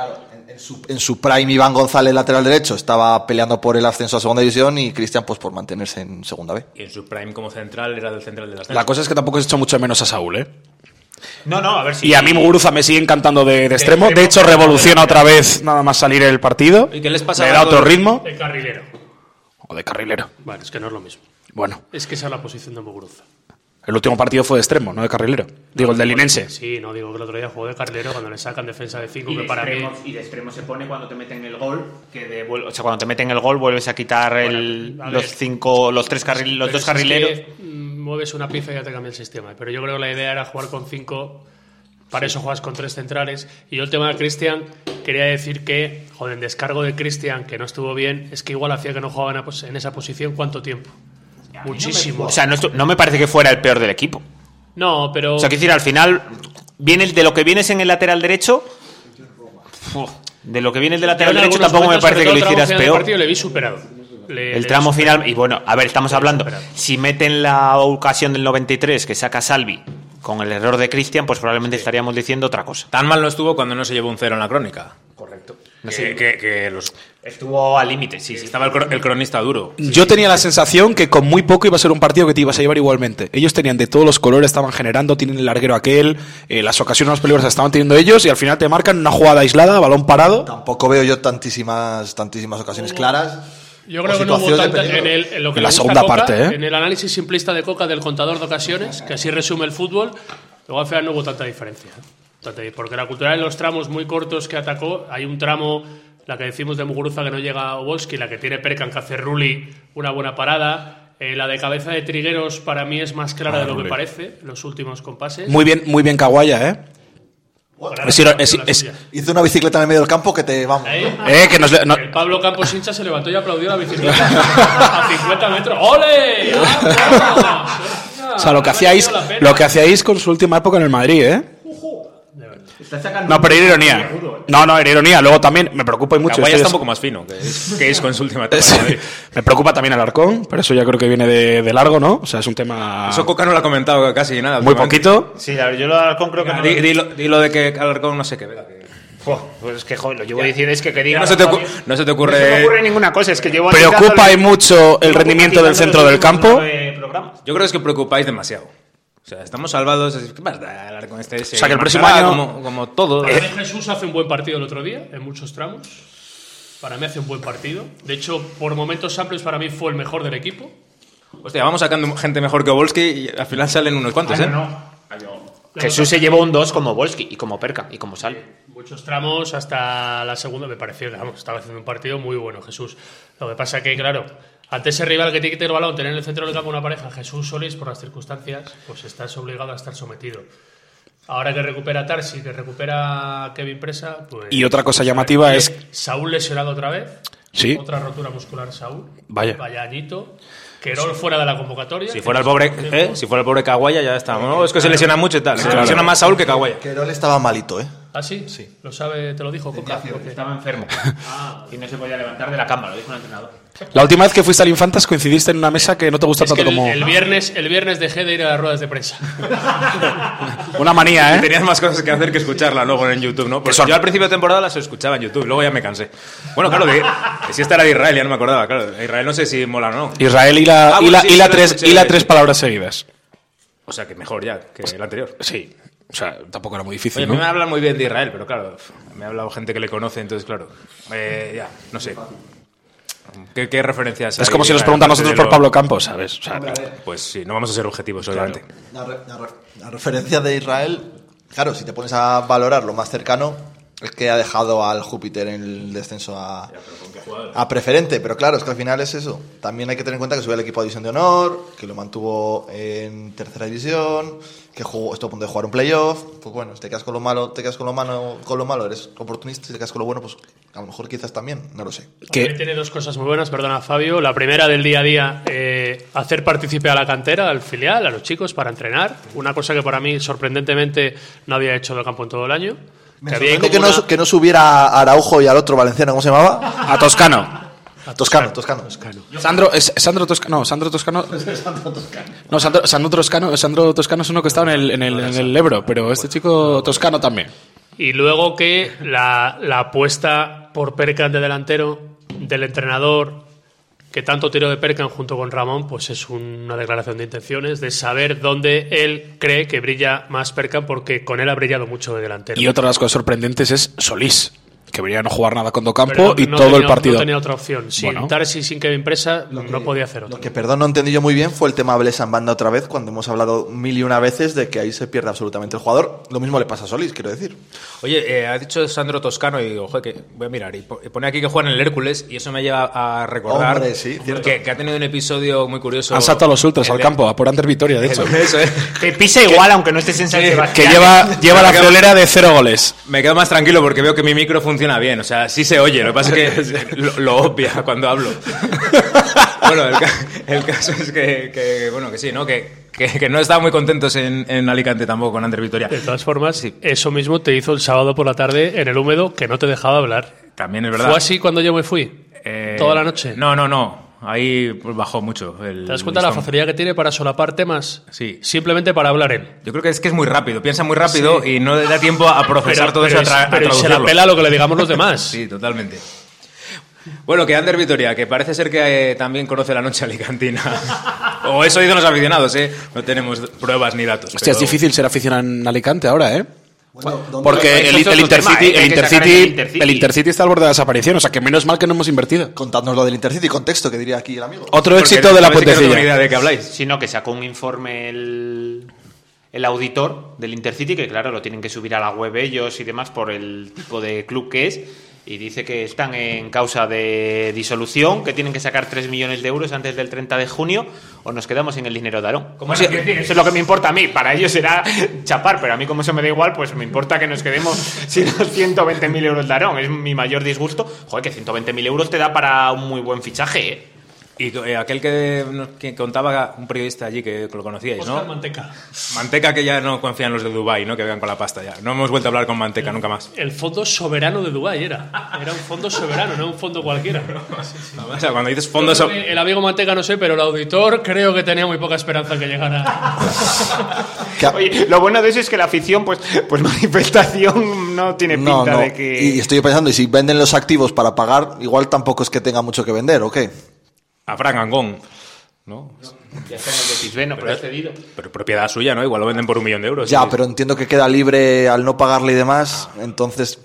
[SPEAKER 1] En su prime, Iván González, lateral derecho, estaba peleando por el ascenso a segunda división y Cristian, pues por mantenerse en segunda B.
[SPEAKER 3] Y en su prime como central era del central de las
[SPEAKER 2] La cosa es que tampoco he hecho mucho de menos a Saúl, ¿eh?
[SPEAKER 4] No, no, a ver si.
[SPEAKER 2] Y a mí Muguruza me sigue encantando de, de extremo. De
[SPEAKER 3] extremo.
[SPEAKER 2] hecho, revoluciona otra vez nada más salir el partido.
[SPEAKER 3] ¿Y qué les pasa
[SPEAKER 2] Le da
[SPEAKER 3] a
[SPEAKER 2] otro
[SPEAKER 3] todos?
[SPEAKER 2] ritmo.
[SPEAKER 5] De carrilero.
[SPEAKER 2] O de carrilero.
[SPEAKER 5] Vale, es que no es lo mismo.
[SPEAKER 2] Bueno,
[SPEAKER 5] Es que esa es la posición de Muguruza.
[SPEAKER 2] el último partido fue de extremo, no de carrilero. Digo, el del Linense.
[SPEAKER 5] Sí, no digo que el otro día jugó de carrilero cuando le sacan defensa de 5, que para mí.
[SPEAKER 4] y de extremo se pone cuando te meten el gol. Que devuel- o sea, cuando te meten el gol vuelves a quitar el-
[SPEAKER 5] a ver.
[SPEAKER 4] los cinco, los tres carriles, los
[SPEAKER 5] Pero
[SPEAKER 4] dos
[SPEAKER 5] si es
[SPEAKER 4] carrileros.
[SPEAKER 5] que, mm, mueves una pieza y ya te cambia el sistema. Pero yo creo que la idea era jugar con cinco. Para eso juegas con tres centrales. Y yo el tema de Cristian, quería decir que, joder, en descargo de Cristian, que no estuvo bien, es que igual hacía que no jugaban a pos- en esa posición cuánto tiempo. Muchísimo.
[SPEAKER 4] O sea, no, estu- no me parece que fuera el peor del equipo.
[SPEAKER 5] no, pero.
[SPEAKER 4] O sea, quiero decir, al final, vienes de lo que vienes en el lateral derecho. Uf, De lo que vienes del
[SPEAKER 5] yo en
[SPEAKER 4] lateral derecho
[SPEAKER 5] algunos
[SPEAKER 4] tampoco me
[SPEAKER 5] momentos,
[SPEAKER 4] parece
[SPEAKER 5] sobre
[SPEAKER 4] que lo
[SPEAKER 5] todo el tramo
[SPEAKER 4] hicieras
[SPEAKER 5] final del
[SPEAKER 4] peor.
[SPEAKER 5] partido le vi superado. Le- le
[SPEAKER 4] El
[SPEAKER 5] vi
[SPEAKER 4] tramo
[SPEAKER 5] superado.
[SPEAKER 4] final, y bueno, a ver, estamos hablando.
[SPEAKER 5] Espera.
[SPEAKER 4] Si meten la ocasión del 93 que saca Salvi con el error de Cristian, pues probablemente estaríamos diciendo otra cosa.
[SPEAKER 3] Tan mal no estuvo cuando no se llevó un cero en la crónica. Correcto. que, que- que los,
[SPEAKER 4] Estuvo al límite, sí, sí.
[SPEAKER 3] estaba el, cro- el cronista duro.
[SPEAKER 2] Yo tenía la sensación que con muy poco iba a ser un partido que te ibas a llevar igualmente. Ellos tenían de todos los colores, estaban generando, tienen el larguero aquel, eh, las ocasiones más peligrosas estaban teniendo ellos y al final te marcan una jugada aislada, balón parado.
[SPEAKER 1] Tampoco veo yo tantísimas, tantísimas ocasiones claras.
[SPEAKER 5] Yo
[SPEAKER 1] o
[SPEAKER 5] creo que no hubo
[SPEAKER 1] situaciones de
[SPEAKER 5] tanta. En,
[SPEAKER 1] peligro.
[SPEAKER 5] el, en lo que
[SPEAKER 2] En la
[SPEAKER 5] le gusta a
[SPEAKER 2] segunda
[SPEAKER 5] Coca,
[SPEAKER 2] parte, ¿eh?
[SPEAKER 5] En el análisis simplista de Coca del contador de ocasiones, que así resume el fútbol, luego al final no hubo tanta diferencia. ¿eh? Tanta di- Porque la cultural en los tramos muy cortos que atacó, hay un tramo, la que decimos de Muguruza que no llega a Obolski, la que tiene Perkan que hace Rulli una buena parada. eh, la de cabeza de Trigueros para mí es más clara de lo que parece, los últimos compases.
[SPEAKER 2] Muy bien, muy bien Kawaya, ¿eh? Es ir- es-
[SPEAKER 5] La
[SPEAKER 2] es-
[SPEAKER 5] suya.
[SPEAKER 1] Hizo una bicicleta en el medio del campo que te, vamos,
[SPEAKER 5] Ahí.
[SPEAKER 2] eh, que nos le- no-
[SPEAKER 5] El Pablo Campos hincha se levantó y aplaudió la bicicleta a 50 metros. ¡Ole! ¡Vamos!
[SPEAKER 2] o sea, lo que
[SPEAKER 5] Ha
[SPEAKER 2] hacíais,
[SPEAKER 5] valido la pena.
[SPEAKER 2] lo que hacíais con su última época en el Madrid, ¿eh? No, pero era ironía. No, no, era ironía. Luego también me preocupa y mucho.
[SPEAKER 3] Caguaya
[SPEAKER 2] estoy
[SPEAKER 3] está un
[SPEAKER 2] des-
[SPEAKER 3] poco más fino, que es, que es con su última etapa.
[SPEAKER 2] Sí.
[SPEAKER 3] en Madrid.
[SPEAKER 2] Me preocupa también Alarcón, pero eso ya creo que viene de, de largo, ¿no? O sea, es un tema
[SPEAKER 3] Ah. Eso Coca no lo ha comentado casi nada.
[SPEAKER 2] muy
[SPEAKER 3] últimamente.
[SPEAKER 2] poquito.
[SPEAKER 4] Sí, a ver, yo lo de Alarcón creo que no.
[SPEAKER 3] Di- Dilo dilo de que Alarcón no sé qué. venga, que-
[SPEAKER 4] Buah, Pues es que, joder, lo llevo diciendo es que quería.
[SPEAKER 3] Ya No se, te ocu- no se te
[SPEAKER 4] No se me
[SPEAKER 3] ocurre.
[SPEAKER 4] ocurre ninguna cosa, es que llevo.
[SPEAKER 2] Preocupa
[SPEAKER 4] analizándolo-
[SPEAKER 2] y mucho el
[SPEAKER 4] Llevo
[SPEAKER 2] rendimiento del
[SPEAKER 4] analizándolo
[SPEAKER 2] centro del
[SPEAKER 4] los últimos
[SPEAKER 2] campo.
[SPEAKER 4] nueve programas.
[SPEAKER 3] Yo creo que es que preocupáis demasiado. O sea, estamos salvados. es- ¿Qué más da hablar con este?
[SPEAKER 2] sea, que el próximo año-
[SPEAKER 3] Como, Eh, como todo.
[SPEAKER 2] Eh.
[SPEAKER 5] Para mí Jesús hace un buen partido el otro día, en muchos tramos. Para mí hace un buen partido. De hecho, por momentos amplios para mí fue el mejor del equipo.
[SPEAKER 3] Hostia, vamos sacando gente mejor que Volsky y al final salen unos cuantos, ¿eh?
[SPEAKER 4] Jesús se llevó un 2 como Volsky y como Perca y como Sal.
[SPEAKER 5] Muchos tramos hasta la segunda me pareció, vamos, estaba haciendo un partido muy bueno Jesús. Lo que pasa que, claro, ante ese rival que te quita el balón, tener en el centro del campo una pareja, Jesús Solís, por las circunstancias, pues estás obligado a estar sometido. Ahora que recupera Tarsi, que recupera Kevin Presa, pues...
[SPEAKER 2] Y otra cosa llamativa
[SPEAKER 5] Oye,
[SPEAKER 2] es-
[SPEAKER 5] Saúl lesionado otra vez.
[SPEAKER 2] Sí.
[SPEAKER 5] Otra rotura muscular Saúl.
[SPEAKER 2] Vaya.
[SPEAKER 5] Vaya añito. Querol fuera de la convocatoria.
[SPEAKER 3] Si fuera el pobre, ¿eh? si fuera el pobre Caguaya ya está. No, es que se lesiona mucho y tal. Se
[SPEAKER 2] Claro.
[SPEAKER 3] lesiona más Saúl que Caguaya.
[SPEAKER 1] Querol estaba malito, ¿eh?
[SPEAKER 5] ¿Ah, sí? Sí. Lo sabe, te lo dijo Coca. porque-
[SPEAKER 4] Estaba enfermo. Ah, y no se podía levantar de la cama, lo dijo el entrenador.
[SPEAKER 2] La última vez que fuiste al Infantas coincidiste en una mesa que no te gusta
[SPEAKER 5] Es que
[SPEAKER 2] tanto
[SPEAKER 5] el,
[SPEAKER 2] como.
[SPEAKER 5] el viernes, el viernes dejé de ir a las ruedas de prensa.
[SPEAKER 2] Una manía, ¿eh?
[SPEAKER 3] Tenías más cosas que hacer que escucharla luego en YouTube, ¿no? Porque yo al principio de temporada las escuchaba en YouTube, luego ya me cansé. Bueno, claro, de, de si esta era de Israel, ya no me acordaba. Claro, de Israel no sé si mola o no.
[SPEAKER 2] Israel y la,
[SPEAKER 3] Ah,
[SPEAKER 2] y
[SPEAKER 3] bueno,
[SPEAKER 2] la,
[SPEAKER 3] sí,
[SPEAKER 2] y
[SPEAKER 3] sí,
[SPEAKER 2] la
[SPEAKER 3] lo
[SPEAKER 2] tres,
[SPEAKER 3] escuché,
[SPEAKER 2] y
[SPEAKER 3] lo
[SPEAKER 2] la
[SPEAKER 3] escuché.
[SPEAKER 2] tres palabras seguidas.
[SPEAKER 3] O sea, que mejor ya que el anterior.
[SPEAKER 2] Pues Sí. O sea, tampoco era muy difícil.
[SPEAKER 3] Oye,
[SPEAKER 2] ¿no?
[SPEAKER 3] me hablan muy bien de Israel, pero claro, me ha hablado gente que le conoce, entonces, claro, eh, ya, no sé. ¿Qué, qué referencias
[SPEAKER 2] Es
[SPEAKER 3] hay
[SPEAKER 2] como si nos
[SPEAKER 3] para-
[SPEAKER 2] preguntan a nosotros
[SPEAKER 3] de
[SPEAKER 2] por
[SPEAKER 3] lo-
[SPEAKER 2] Pablo Campos, ¿sabes? O sea,
[SPEAKER 3] Pues sí, no vamos a ser objetivos, obviamente.
[SPEAKER 1] La, re- la re- la referencia de Israel, claro, si te pones a valorar lo más cercano, es que ha dejado al Júpiter en el descenso a, a preferente, pero claro, es que al final es eso. También hay que tener en cuenta que subió al equipo a división de honor, que lo mantuvo en tercera división, que jugó, estuvo a punto de jugar un playoff. Pues bueno, si te quedas con lo malo, te quedas con lo malo, con lo malo, eres oportunista, si te quedas con lo bueno, pues a lo mejor quizás también, no lo sé.
[SPEAKER 2] que-
[SPEAKER 5] Hombre, Tiene dos cosas muy buenas, perdona Fabio. La primera del día a día, eh, hacer partícipe a la cantera, al filial, a los chicos para entrenar. Una cosa que para mí sorprendentemente no había hecho de campo en todo el año.
[SPEAKER 1] Me
[SPEAKER 5] había ahí
[SPEAKER 1] sorprende que,
[SPEAKER 5] como
[SPEAKER 1] no,
[SPEAKER 5] una-
[SPEAKER 1] que no subiera a Araujo y al otro valenciano, ¿cómo se llamaba?
[SPEAKER 2] a Toscano.
[SPEAKER 1] Toscano, Toscano.
[SPEAKER 2] Sandro, es- Sandro Toscano. No, Sandro Toscano. No, Sandro, Sandro Toscano. Sandro Toscano es uno que estaba en el, en el, en el Ebro, pero este chico Toscano también.
[SPEAKER 5] Y luego que la, la apuesta por Perkan de delantero, del entrenador, que tanto tiró de Perkan junto con Ramón, pues es una declaración de intenciones, de saber dónde él cree que brilla más Perkan, porque con él ha brillado mucho de delantero.
[SPEAKER 2] Y otra de las cosas sorprendentes es Solís, que venía a no jugar nada con
[SPEAKER 5] Pero
[SPEAKER 2] Docampo
[SPEAKER 5] no-
[SPEAKER 2] y
[SPEAKER 5] no
[SPEAKER 2] todo
[SPEAKER 5] tenía-
[SPEAKER 2] el partido.
[SPEAKER 5] No tenía otra opción. Sin
[SPEAKER 2] Bueno.
[SPEAKER 5] Tarsi, sin Kevin Presa, no podía hacer
[SPEAKER 1] Lo
[SPEAKER 5] otra.
[SPEAKER 1] que, perdón, no entendí yo muy bien fue el tema Blesa en banda otra vez, cuando hemos hablado mil y una veces de que ahí se pierde absolutamente el jugador. Lo mismo le pasa a Solís, quiero decir.
[SPEAKER 3] Oye, eh, ha dicho Sandro Toscano y digo, joder, que voy a mirar. Y po- y pone aquí que juegan en el Hércules y eso me lleva a recordar
[SPEAKER 1] Hombre, sí, cierto.
[SPEAKER 3] que, que ha tenido un episodio muy curioso.
[SPEAKER 2] Han saltado los ultras
[SPEAKER 3] El
[SPEAKER 2] al
[SPEAKER 3] de-
[SPEAKER 2] campo, a por Ander Vitoria, de hecho.
[SPEAKER 3] Eso, eh.
[SPEAKER 4] Te pisa igual, aunque no estés en San Sebastián.
[SPEAKER 2] Que lleva, lleva la friolera de cero goles.
[SPEAKER 3] Me quedo más tranquilo porque veo que mi micro funciona bien. O sea, sí se oye. Lo que pasa es que lo, lo obvia cuando hablo. bueno, el, ca- el caso es que, que, bueno, que sí, ¿no? Que, que, que no están muy contentos en, en Alicante tampoco con Ander Vitoria.
[SPEAKER 5] De todas formas, eso mismo te hizo el sábado por la tarde en el húmedo, que no te dejaba hablar.
[SPEAKER 3] También es verdad.
[SPEAKER 5] ¿Fue así cuando yo me fui?
[SPEAKER 3] Eh,
[SPEAKER 5] ¿Toda la noche?
[SPEAKER 3] No, no, no. Ahí pues, bajó mucho. El
[SPEAKER 5] ¿Te das cuenta de la
[SPEAKER 3] listón.
[SPEAKER 5] facilidad que tiene para solapar temas?
[SPEAKER 3] Sí.
[SPEAKER 5] Simplemente para hablar él.
[SPEAKER 3] Yo creo que es que es muy rápido. Piensa muy rápido y no le da tiempo a procesar todo eso, a,
[SPEAKER 5] es-
[SPEAKER 3] tra- a
[SPEAKER 5] pero se le
[SPEAKER 3] traducirlo.
[SPEAKER 5] pela lo que le digamos los demás.
[SPEAKER 3] Sí, totalmente. Bueno, que Ander Vitoria, que parece ser que eh, también conoce la noche alicantina. o eso dicen los aficionados, ¿eh? No tenemos pruebas ni datos.
[SPEAKER 2] Hostia, es
[SPEAKER 3] pero-
[SPEAKER 2] difícil ser aficionado en Alicante ahora, ¿eh?
[SPEAKER 4] Eso
[SPEAKER 2] Porque el,
[SPEAKER 4] es
[SPEAKER 2] el
[SPEAKER 4] otro tema,
[SPEAKER 2] Intercity,
[SPEAKER 4] ¿eh? Que
[SPEAKER 2] el,
[SPEAKER 4] hay que sacar
[SPEAKER 2] Intercity,
[SPEAKER 4] el Intercity.
[SPEAKER 2] el Intercity está al borde de la desaparición, o sea que menos mal que no hemos invertido.
[SPEAKER 1] Contadnos lo del Intercity, contexto que diría aquí el amigo.
[SPEAKER 2] Otro
[SPEAKER 3] Porque
[SPEAKER 2] éxito de la
[SPEAKER 3] parece que No tengo ni
[SPEAKER 2] puentecilla.
[SPEAKER 3] idea de qué habláis.
[SPEAKER 4] Sino que sacó un informe el, el auditor del Intercity, que claro, lo tienen que subir a la web ellos y demás por el tipo de club que es. Y dice que están en causa de disolución, que tienen que sacar 3 millones de euros antes del 30 de junio o nos quedamos en el dinero de Arón. Como si- eso es lo que me importa a mí. Para ellos será chapar, pero a mí como eso me da igual, pues me importa que nos quedemos sin los 120.000 euros de Arón. Es mi mayor disgusto. Joder, que 120.000 euros te da para un muy buen fichaje, ¿eh?
[SPEAKER 3] Y eh, aquel que, nos- que contaba un periodista allí que lo conocíais, ¿no?
[SPEAKER 5] Oscar Manteca.
[SPEAKER 3] Manteca que ya no confían los de Dubai, ¿no? Que vean con la pasta ya. No hemos vuelto a hablar con Manteca nunca más.
[SPEAKER 5] El fondo soberano de Dubái era. Era un fondo soberano, no un fondo cualquiera.
[SPEAKER 3] O sea, cuando dices fondos...
[SPEAKER 5] Yo creo que El amigo Manteca no sé, pero el auditor creo que tenía muy poca esperanza que llegara.
[SPEAKER 1] Que a-
[SPEAKER 4] Oye, lo bueno de eso es que la afición, pues, pues manifestación no tiene pinta
[SPEAKER 1] no, no.
[SPEAKER 4] de que.
[SPEAKER 1] Y estoy pensando, y si venden Pues los activos para pagar, igual tampoco es que tenga mucho que vender, ¿o qué?
[SPEAKER 3] A Frank Angón. ¿no?
[SPEAKER 4] Ya está en el Betis B, no, pero ha cedido.
[SPEAKER 3] Pero propiedad suya, ¿no? Igual lo venden por un millón de euros.
[SPEAKER 1] Ya,
[SPEAKER 3] Sí.
[SPEAKER 1] pero entiendo que queda libre al no pagarle y demás. Entonces,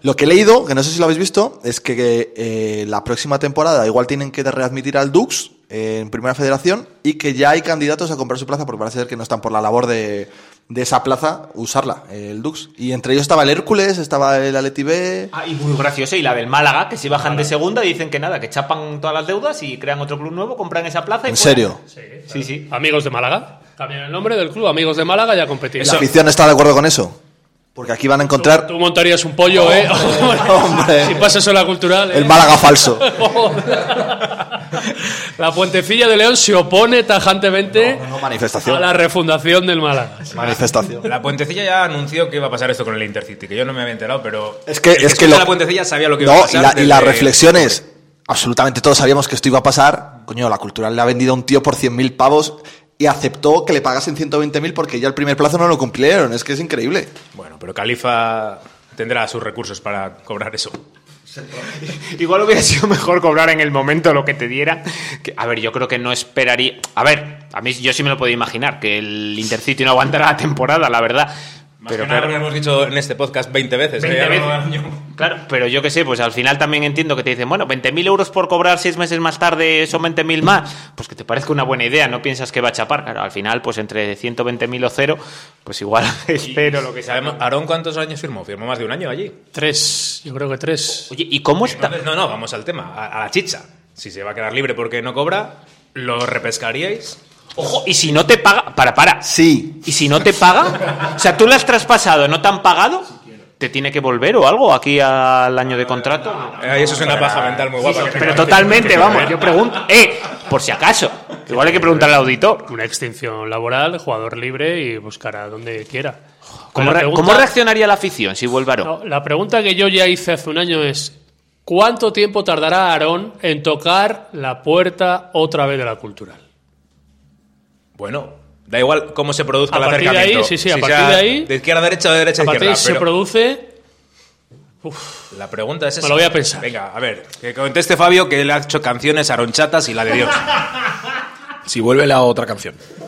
[SPEAKER 1] lo que he leído, que no sé si lo habéis visto, es que eh, la próxima temporada igual tienen que readmitir al Dux eh, en Primera Federación y que ya hay candidatos a comprar su plaza porque parece ser que no están por la labor de, de esa plaza usarla, eh, el Dux. Y entre ellos estaba el Hércules, estaba el Atleti B.
[SPEAKER 4] Ah, y muy gracioso. Y la del Málaga, que si bajan de segunda dicen que nada, que chapan todas las deudas y crean otro club nuevo, compran esa plaza y
[SPEAKER 1] ¿En
[SPEAKER 4] fuera.
[SPEAKER 1] serio?
[SPEAKER 4] Sí, sí.
[SPEAKER 5] Amigos de Málaga. Cambian el nombre del club, Amigos de Málaga, ya competirán.
[SPEAKER 1] ¿La afición está de acuerdo con eso? Porque aquí van a encontrar
[SPEAKER 5] Tú montarías un pollo, ¿eh?
[SPEAKER 1] Oh, hombre.
[SPEAKER 5] si pasas a la cultural. ¿eh?
[SPEAKER 1] el Málaga falso.
[SPEAKER 5] la Puentecilla de León se opone tajantemente
[SPEAKER 1] No, no, manifestación.
[SPEAKER 5] a la refundación del Málaga.
[SPEAKER 1] Manifestación.
[SPEAKER 3] La Puentecilla ya anunció que iba a pasar esto con el Intercity, que yo no me había enterado, pero.
[SPEAKER 1] Es que-
[SPEAKER 3] el
[SPEAKER 1] es que
[SPEAKER 3] escucha
[SPEAKER 1] lo-
[SPEAKER 3] La Puentecilla sabía lo que iba a
[SPEAKER 1] No, y,
[SPEAKER 3] pasar.
[SPEAKER 1] la, y la
[SPEAKER 3] desde-
[SPEAKER 1] reflexión es, absolutamente todos sabíamos que esto iba a pasar. Coño, la cultural le ha vendido a un tío por 100.000 pavos y aceptó que le pagasen 120.000 porque ya el primer plazo no lo cumplieron. Es que es increíble.
[SPEAKER 3] Bueno, pero Califa tendrá sus recursos para cobrar eso.
[SPEAKER 4] Igual hubiera sido mejor cobrar en el momento lo que te diera. Que- a ver, yo creo que no esperaría. A ver, a mí yo sí me lo podía imaginar, que el Intercity no aguantará la temporada, la verdad.
[SPEAKER 3] Más
[SPEAKER 4] Pero
[SPEAKER 3] que nada
[SPEAKER 4] claro,
[SPEAKER 3] lo hemos dicho en este podcast 20 veces.
[SPEAKER 4] 20
[SPEAKER 3] ¿eh?
[SPEAKER 4] veces. Claro, pero yo qué sé, pues al final también entiendo que te dicen, bueno, 20.000 euros por cobrar seis meses más tarde son 20.000 más. Pues que te parezca una buena idea, no piensas que va a chapar. Claro, al final, pues entre 120.000 o cero, pues igual es cero lo que sea.
[SPEAKER 3] Sabemos- ¿Aarón cuántos años firmó? Firmó más de un año allí.
[SPEAKER 5] Tres, yo creo que tres.
[SPEAKER 4] Oye, ¿y cómo está?
[SPEAKER 3] Entonces, no, no, vamos al tema, a, a la chicha. Si se va a quedar libre porque no cobra, ¿lo repescaríais?
[SPEAKER 4] Ojo, y si no te paga. Para, para.
[SPEAKER 1] Sí.
[SPEAKER 4] ¿Y si no te paga? O sea, tú la has traspasado, no te han pagado. ¿Te tiene que volver o algo aquí al año de contrato?
[SPEAKER 5] Ah,
[SPEAKER 3] Eh, eso es una paja mental muy guapa. que te
[SPEAKER 4] Pero
[SPEAKER 3] acabas de-
[SPEAKER 4] totalmente, vamos, yo pregunto. ¡Eh! Por si acaso. Igual hay que preguntarle al auditor.
[SPEAKER 5] Una extinción laboral, jugador libre y buscará donde quiera.
[SPEAKER 4] ¿Cómo,
[SPEAKER 5] La
[SPEAKER 4] re-
[SPEAKER 5] pregunta-
[SPEAKER 4] cómo reaccionaría la afición si vuelve Aarón?
[SPEAKER 5] No, la pregunta que yo ya hice hace un año es: ¿cuánto tiempo tardará Aarón en tocar la puerta otra vez de la cultural?
[SPEAKER 3] Bueno, da igual cómo se produzca
[SPEAKER 5] A
[SPEAKER 3] el
[SPEAKER 5] partir de
[SPEAKER 3] acercamiento.
[SPEAKER 5] ahí, sí, sí, a
[SPEAKER 3] Si
[SPEAKER 5] partir
[SPEAKER 3] sea
[SPEAKER 5] de ahí-
[SPEAKER 3] De izquierda a derecha o de derecha
[SPEAKER 5] A
[SPEAKER 3] a
[SPEAKER 5] partir de
[SPEAKER 3] izquierda.
[SPEAKER 5] ahí se
[SPEAKER 3] pero
[SPEAKER 5] produce.
[SPEAKER 3] la pregunta es esa.
[SPEAKER 5] Me lo voy a pensar.
[SPEAKER 3] Venga, a ver, que conteste Fabio que le ha hecho canciones aronchatas y la de Dios.
[SPEAKER 2] Si vuelve la otra canción.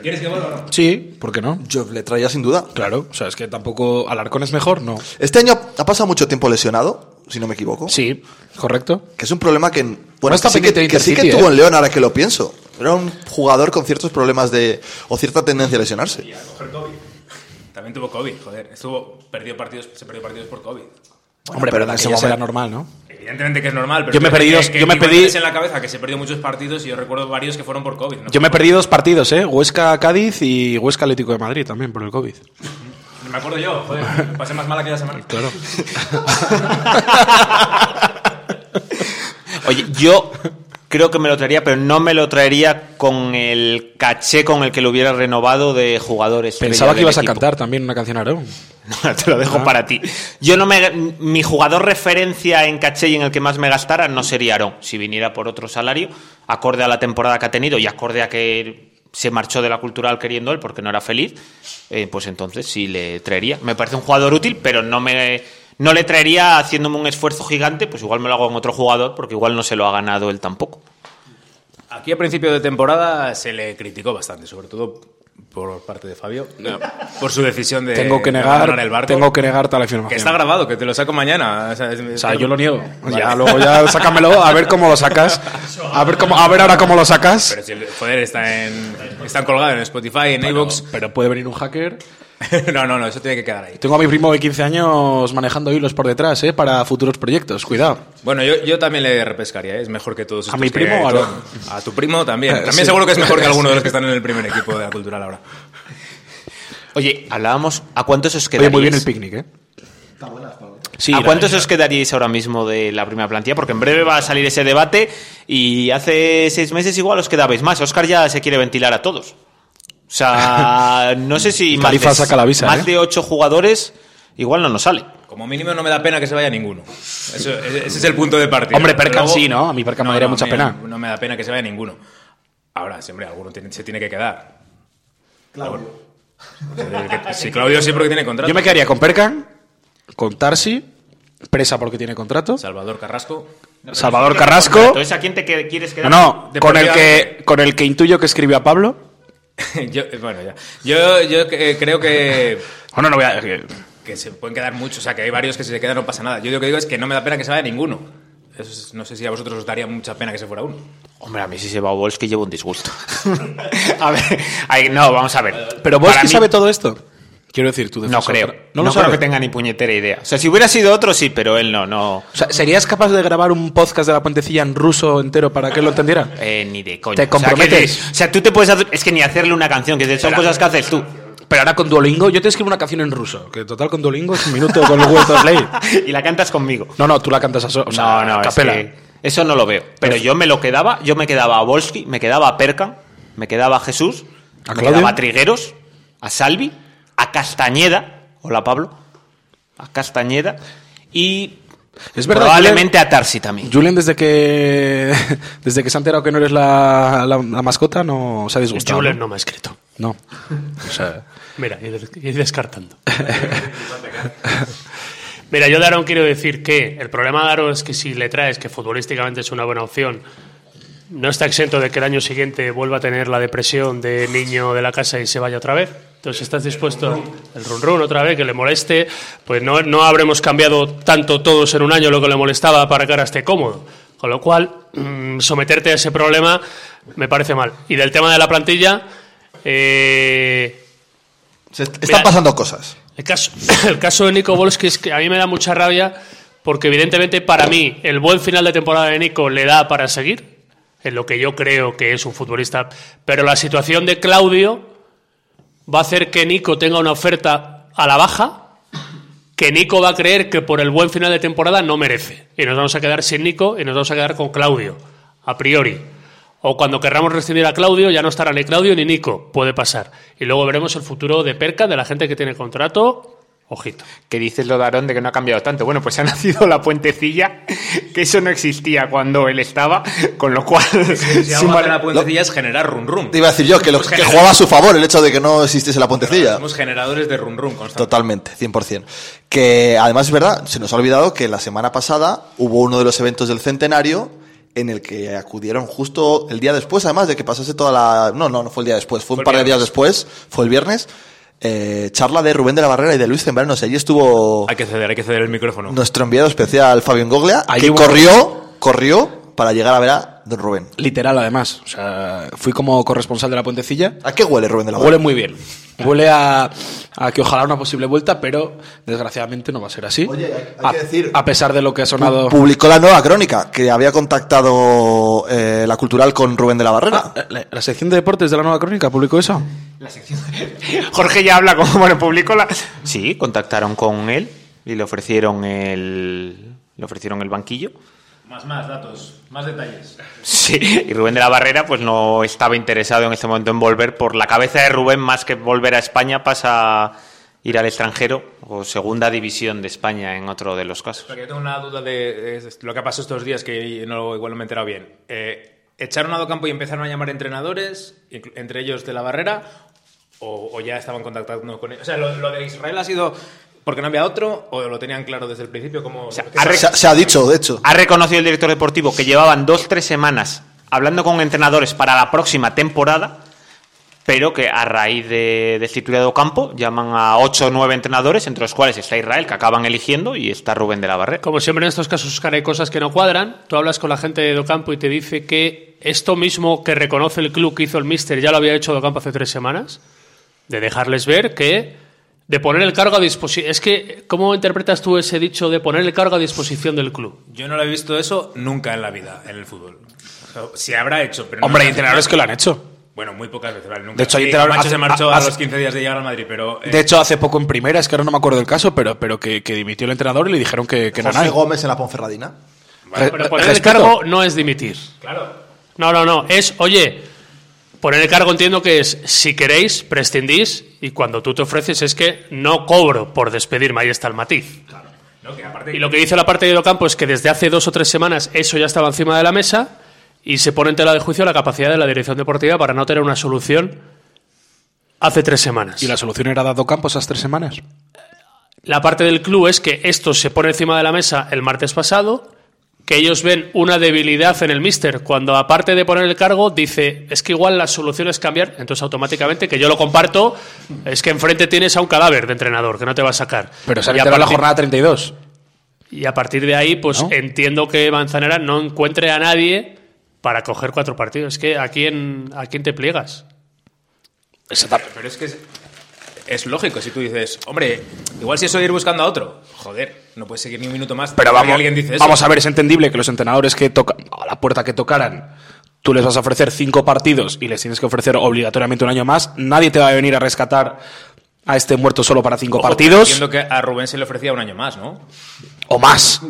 [SPEAKER 3] ¿Quieres que vuelva o no?
[SPEAKER 2] Sí, ¿por qué no?
[SPEAKER 1] Yo le traía sin duda.
[SPEAKER 2] Claro, o sea, es que tampoco Alarcón es mejor, no.
[SPEAKER 1] Este año ha pasado mucho tiempo lesionado, si no me equivoco.
[SPEAKER 2] Sí, correcto.
[SPEAKER 1] Que es un problema que, bueno,
[SPEAKER 2] está
[SPEAKER 1] que sí que,
[SPEAKER 2] pendiente de
[SPEAKER 1] que sí que
[SPEAKER 2] Intercity,
[SPEAKER 1] tuvo
[SPEAKER 2] ¿eh?
[SPEAKER 1] en León ahora que lo pienso. Era un jugador con ciertos problemas de o cierta tendencia a lesionarse.
[SPEAKER 3] También tuvo COVID, joder. Estuvo, perdió partidos, se perdió partidos por COVID.
[SPEAKER 1] pero
[SPEAKER 2] Hombre, pero,
[SPEAKER 1] en
[SPEAKER 2] que
[SPEAKER 1] ese
[SPEAKER 2] ya será
[SPEAKER 1] momento-
[SPEAKER 2] normal, ¿no?
[SPEAKER 3] Evidentemente que es normal, pero
[SPEAKER 2] Yo me he
[SPEAKER 3] que-
[SPEAKER 2] perdido-
[SPEAKER 3] que- que
[SPEAKER 2] yo me
[SPEAKER 3] igual
[SPEAKER 2] pedí-
[SPEAKER 3] tienes en la cabeza que se perdió muchos partidos y yo recuerdo varios que fueron por COVID. ¿no?
[SPEAKER 2] Yo me perdí dos partidos, ¿eh? Huesca Cádiz y Huesca Atlético de Madrid también por el COVID.
[SPEAKER 3] Me acuerdo yo, joder, pasé más mal aquella semana.
[SPEAKER 2] Claro.
[SPEAKER 4] Oye, yo creo que me lo traería, pero no me lo traería con el caché con el que lo hubiera renovado de jugadores.
[SPEAKER 2] Pensaba que ibas a cantar también una canción a Aarón.
[SPEAKER 4] No, te lo dejo
[SPEAKER 2] Ah.
[SPEAKER 4] para ti. Yo no me. Mi jugador referencia en caché y en el que más me gastara no sería Aarón. Si viniera por otro salario, acorde a la temporada que ha tenido y acorde a que se marchó de la cultural queriendo él porque no era feliz, eh, pues entonces sí le traería. Me parece un jugador útil, pero no me. No le traería haciéndome un esfuerzo gigante, pues igual me lo hago en otro jugador, porque igual no se lo ha ganado él tampoco.
[SPEAKER 3] Aquí a principio de temporada se le criticó bastante, sobre todo por parte de Fabio, por su decisión de
[SPEAKER 2] tengo que
[SPEAKER 3] de abandonar el
[SPEAKER 2] negar,
[SPEAKER 3] barco.
[SPEAKER 2] tengo que negar tal
[SPEAKER 3] Que
[SPEAKER 2] afirmación.
[SPEAKER 3] está grabado, que te lo saco mañana. O sea, es-
[SPEAKER 2] o sea, yo lo niego.
[SPEAKER 3] Vale.
[SPEAKER 2] Ya, luego ya sácamelo, a ver cómo lo sacas. A ver cómo, a ver ahora cómo lo sacas.
[SPEAKER 3] Pero si el poder está en, están colgado en Spotify, en iVoox.
[SPEAKER 2] pero puede venir un hacker.
[SPEAKER 3] no, no, no, eso tiene que quedar ahí.
[SPEAKER 2] Tengo a mi primo de 15 años manejando hilos por detrás, ¿eh? Para futuros proyectos, cuidado.
[SPEAKER 3] Bueno, yo, yo también le repescaría, ¿eh? es mejor que
[SPEAKER 2] ¿A
[SPEAKER 3] todos. estos
[SPEAKER 2] mi
[SPEAKER 3] que-
[SPEAKER 2] primo o a
[SPEAKER 3] to-
[SPEAKER 2] lo-
[SPEAKER 3] A tu primo también.
[SPEAKER 2] Eh,
[SPEAKER 3] También
[SPEAKER 2] sí.
[SPEAKER 3] seguro que es mejor que alguno de los que están en el primer equipo de la cultural ahora.
[SPEAKER 4] Oye, hablábamos, ¿a cuántos os
[SPEAKER 2] Oye,
[SPEAKER 4] quedaríais?
[SPEAKER 2] muy bien el picnic, ¿eh? Sí,
[SPEAKER 4] ¿A
[SPEAKER 2] la-
[SPEAKER 4] cuántos os quedaríais ahora mismo de la primera plantilla? Porque en breve va a salir ese debate y hace seis meses igual os quedabais más. Oscar ya se quiere ventilar a todos. O sea, no sé si más,
[SPEAKER 2] Califa
[SPEAKER 4] de,
[SPEAKER 2] saca la visa,
[SPEAKER 4] más
[SPEAKER 2] ¿eh?
[SPEAKER 4] de ocho jugadores igual no nos sale.
[SPEAKER 3] Como mínimo no me da pena que se vaya ninguno. Eso- ese, ese es el punto de partida.
[SPEAKER 2] Hombre, Perkan
[SPEAKER 3] Luego-
[SPEAKER 2] sí, ¿no? A mí Perkan me daría mucha
[SPEAKER 3] a mí
[SPEAKER 2] pena.
[SPEAKER 3] No me da pena que se vaya ninguno. Ahora, siempre alguno tiene- se tiene que quedar. Claudio. Sí, Claudio sí porque tiene contrato.
[SPEAKER 2] Yo me quedaría con Perkan, con Tarsi, Presa porque tiene contrato,
[SPEAKER 3] Salvador Carrasco.
[SPEAKER 2] Salvador
[SPEAKER 4] ¿Quién te
[SPEAKER 2] Carrasco.
[SPEAKER 4] contrató? ¿Es a quién te que- quieres
[SPEAKER 2] No,
[SPEAKER 4] quedar?
[SPEAKER 2] no,
[SPEAKER 3] De
[SPEAKER 2] con el,
[SPEAKER 3] perdida-
[SPEAKER 2] que, con el que intuyo que escribió a Pablo.
[SPEAKER 3] Yo, eh, bueno, ya. Yo, yo eh, creo que,
[SPEAKER 2] Bueno, no voy a.
[SPEAKER 4] eh,
[SPEAKER 2] que-
[SPEAKER 3] que se pueden quedar muchos, o sea, que hay varios que si se quedan no pasa nada. Yo lo que digo es que no me da pena que se vaya ninguno. Eso es- no sé si a vosotros os daría mucha pena que se fuera uno.
[SPEAKER 4] Hombre, a mí si se va Volsky llevo un disgusto. a ver, ay, no, vamos a ver.
[SPEAKER 2] Pero vos
[SPEAKER 4] Para
[SPEAKER 2] que
[SPEAKER 4] mí-
[SPEAKER 2] sabe todo esto. Quiero decir, tú
[SPEAKER 4] No creo.
[SPEAKER 2] No
[SPEAKER 4] No,
[SPEAKER 2] lo
[SPEAKER 4] creo
[SPEAKER 2] sabe.
[SPEAKER 4] que tenga ni puñetera idea. O sea, si hubiera sido otro, sí, pero él no, no.
[SPEAKER 2] O sea, ¿serías capaz de grabar un podcast de la puentecilla en ruso entero para que él lo entendiera?
[SPEAKER 4] Eh, ni de coña.
[SPEAKER 2] Te
[SPEAKER 4] O sea,
[SPEAKER 2] comprometes.
[SPEAKER 4] quiero decir, O sea, tú te puedes hacer. Es que ni hacerle una canción, que son cosas que haces tú.
[SPEAKER 2] Pero ahora con Duolingo, yo te escribo una canción en ruso. Que total con Duolingo es un minuto con el Google Translate.
[SPEAKER 4] y la cantas conmigo.
[SPEAKER 2] No, no, tú la cantas a so- o sea,
[SPEAKER 4] no, no,
[SPEAKER 2] a
[SPEAKER 4] es
[SPEAKER 2] capela. Pues-
[SPEAKER 4] que eso no lo veo. Pero yo me lo quedaba, yo me quedaba a Volsky, me quedaba a Perkan, me quedaba a
[SPEAKER 2] ¿A
[SPEAKER 4] Jesús, me
[SPEAKER 2] Claudio?
[SPEAKER 4] quedaba a Trigueros, a Salvi, a Castañeda. Hola Pablo. A Castañeda. Y
[SPEAKER 2] Es verdad,
[SPEAKER 4] probablemente a Tarsi también.
[SPEAKER 2] Julen, desde que desde que se ha enterado que no eres la, la- la mascota, no se ha disgustado.
[SPEAKER 5] Julen
[SPEAKER 2] ¿no?
[SPEAKER 5] no me ha escrito.
[SPEAKER 2] No. O sea,
[SPEAKER 5] Mira, y des- y descartando. Mira, yo de Aaron quiero decir que el problema de Aaron es que si le traes que futbolísticamente es una buena opción, no está exento de que el año siguiente vuelva a tener la depresión de niño de la casa y se vaya otra vez. Entonces, ¿estás dispuesto el run run otra vez que le moleste? Pues no, no habremos cambiado tanto todos en un año lo que le molestaba para que ahora esté cómodo. Con lo cual, mm, someterte a ese problema me parece mal. Y del tema de la plantilla, eh,
[SPEAKER 1] Se est-
[SPEAKER 5] Mira,
[SPEAKER 1] están pasando cosas.
[SPEAKER 5] el caso, el caso de Nico Volsky es que a mí me da mucha rabia porque evidentemente para mí el buen final de temporada de Nico le da para seguir, en lo que yo creo que es un futbolista, pero la situación de Claudio va a hacer que Nico tenga una oferta a la baja que Nico va a creer que por el buen final de temporada no merece. Y nos vamos a quedar sin Nico y nos vamos a quedar con Claudio, a priori. O cuando querramos recibir a Claudio, ya no estará ni Claudio ni Nico. Puede pasar. Y luego veremos el futuro de Perca, de la gente que tiene contrato. Ojito.
[SPEAKER 4] que dices lo de Aarón de que no ha cambiado tanto. Bueno, pues ha nacido la puentecilla, que eso no existía cuando él estaba, con lo cual
[SPEAKER 3] Si algo
[SPEAKER 4] suma-
[SPEAKER 3] hace la puentecilla es generar run run.
[SPEAKER 1] Te iba a decir yo que, lo, que
[SPEAKER 3] genera-
[SPEAKER 1] jugaba a su favor el hecho de que no existiese la puentecilla.
[SPEAKER 3] Somos generadores de run run constante.
[SPEAKER 1] Totalmente, 100%. Que además es verdad, se nos ha olvidado que la semana pasada hubo uno de los eventos del centenario en el que acudieron justo el día después, además de que pasase toda la... No, no, no fue el día después, fue un
[SPEAKER 3] Fue el
[SPEAKER 1] par de días
[SPEAKER 3] viernes.
[SPEAKER 1] después, fue el viernes, eh, charla de Rubén de la Barrera y de Luis Zembrano. Allí estuvo
[SPEAKER 3] Hay que ceder, hay que ceder el micrófono.
[SPEAKER 1] nuestro enviado especial, Fabián Goglia,
[SPEAKER 2] Allí
[SPEAKER 1] que
[SPEAKER 2] hubo-
[SPEAKER 1] corrió, corrió para llegar a ver a don Rubén.
[SPEAKER 2] literal, además. O sea, fui como corresponsal de la puentecilla.
[SPEAKER 1] ¿A qué huele Rubén de la Barrera?
[SPEAKER 2] Huele muy bien. Huele a, a que ojalá una posible vuelta, pero desgraciadamente no va a ser así.
[SPEAKER 1] Oye, hay- hay
[SPEAKER 2] a,
[SPEAKER 1] que decir-
[SPEAKER 2] a pesar de lo que ha sonado.
[SPEAKER 1] Publicó la nueva crónica, que había contactado eh, la cultural con Rubén de la Barrera.
[SPEAKER 2] Ah, la, la sección de deportes de la nueva crónica publicó eso.
[SPEAKER 4] Jorge ya habla como bueno, publicó la Sí, contactaron con él y le ofrecieron el le ofrecieron el banquillo.
[SPEAKER 3] Más, más datos, más detalles.
[SPEAKER 4] Sí, y Rubén de la Barrera pues no estaba interesado en este momento en volver por la cabeza de Rubén más que volver a España pasa a ir al extranjero o segunda división de España en otro de los casos.
[SPEAKER 3] Pero yo tengo una duda de, de lo que ha pasado estos días, que no, igual no me he enterado bien. Eh, ¿Echaron a Docampo y empezaron a llamar entrenadores, inclu- entre ellos de la barrera, o, o ya estaban contactando con ellos? O sea, lo, lo de Israel ha sido porque no había otro, o lo tenían claro desde el principio, como...
[SPEAKER 4] sea,
[SPEAKER 3] ¿qué
[SPEAKER 4] ha
[SPEAKER 3] pasa?
[SPEAKER 4] rec-
[SPEAKER 1] Se, ha- se ha dicho, de hecho.
[SPEAKER 4] Ha reconocido el director deportivo que llevaban dos, tres semanas hablando con entrenadores para la próxima temporada, pero que a raíz de destituir a Campo llaman a ocho o nueve entrenadores, entre los cuales está Israel, que acaban eligiendo, y está Rubén de la Barrera.
[SPEAKER 5] Como siempre en estos casos, Oscar, hay cosas que no cuadran. Tú hablas con la gente de Docampo y te dice que esto mismo que reconoce el club que hizo el Mister ya lo había hecho Docampo hace tres semanas. De dejarles ver que. De poner el cargo a disposición. Es que, ¿cómo interpretas tú ese dicho de poner el cargo a disposición del club?
[SPEAKER 3] Yo no lo he visto eso nunca en la vida, en el fútbol. O sea, se habrá hecho, pero... no-
[SPEAKER 2] Hombre, hay entrenadores que lo han hecho.
[SPEAKER 3] Bueno, muy pocas veces, ¿vale? Nunca.
[SPEAKER 2] De hecho, hay
[SPEAKER 3] Sí,
[SPEAKER 2] entrenadores-
[SPEAKER 3] Camacho se marchó
[SPEAKER 2] ha-
[SPEAKER 3] a
[SPEAKER 2] ha-
[SPEAKER 3] los 15 días de llegar al Madrid, pero... eh,
[SPEAKER 2] De hecho, hace poco en primera, es que ahora no me acuerdo del caso, pero, pero que, que dimitió el entrenador y le dijeron que, que no
[SPEAKER 1] José
[SPEAKER 2] nadie.
[SPEAKER 1] Gómez en la Ponferradina.
[SPEAKER 2] Re-
[SPEAKER 5] Pero poner
[SPEAKER 2] respeto.
[SPEAKER 5] el cargo no es dimitir.
[SPEAKER 3] pues, claro.
[SPEAKER 5] No, no, no. Es, oye, poner el cargo entiendo que es si queréis, prescindís y cuando tú te ofreces es que no cobro por despedirme. Ahí está el matiz.
[SPEAKER 3] No, que aparte-
[SPEAKER 5] Y lo que dice la parte de Docampo es que desde hace dos o tres semanas eso ya estaba encima de la mesa y se pone en tela de juicio la capacidad de la dirección deportiva para no tener una solución hace tres semanas.
[SPEAKER 2] Y la
[SPEAKER 5] la,
[SPEAKER 2] solución era dado campo esas tres semanas.
[SPEAKER 5] parte del club es que esto se pone encima de la mesa el martes pasado, que ellos ven una debilidad en el mister. Cuando aparte de poner el cargo, dice, es que igual la solución es cambiar, entonces automáticamente, que yo lo comparto, es que enfrente tienes a un cadáver de entrenador que no te va a sacar.
[SPEAKER 2] Pero se ha
[SPEAKER 5] Y a
[SPEAKER 2] enterado en la
[SPEAKER 5] partir-
[SPEAKER 2] jornada 32.
[SPEAKER 5] y a partir de ahí, pues
[SPEAKER 2] ¿No?
[SPEAKER 5] entiendo que Manzanera no encuentre a nadie para coger cuatro partidos. Es que ¿a quién, a quién te pliegas?
[SPEAKER 3] Pero es que es, es lógico si tú dices, hombre, igual si eso de ir buscando a otro, joder, no puedes seguir ni un minuto más.
[SPEAKER 2] Pero
[SPEAKER 3] hasta que
[SPEAKER 2] vamos,
[SPEAKER 3] alguien dice eso.
[SPEAKER 2] vamos a ver, es entendible que los entrenadores que tocan a la puerta que tocaran, tú les vas a ofrecer cinco partidos y les tienes que ofrecer obligatoriamente un año más. Nadie te va a venir a rescatar a este muerto solo para cinco
[SPEAKER 3] Ojo,
[SPEAKER 2] partidos
[SPEAKER 3] Entiendo que a Rubén se le ofrecía un año más, ¿no?
[SPEAKER 2] o más.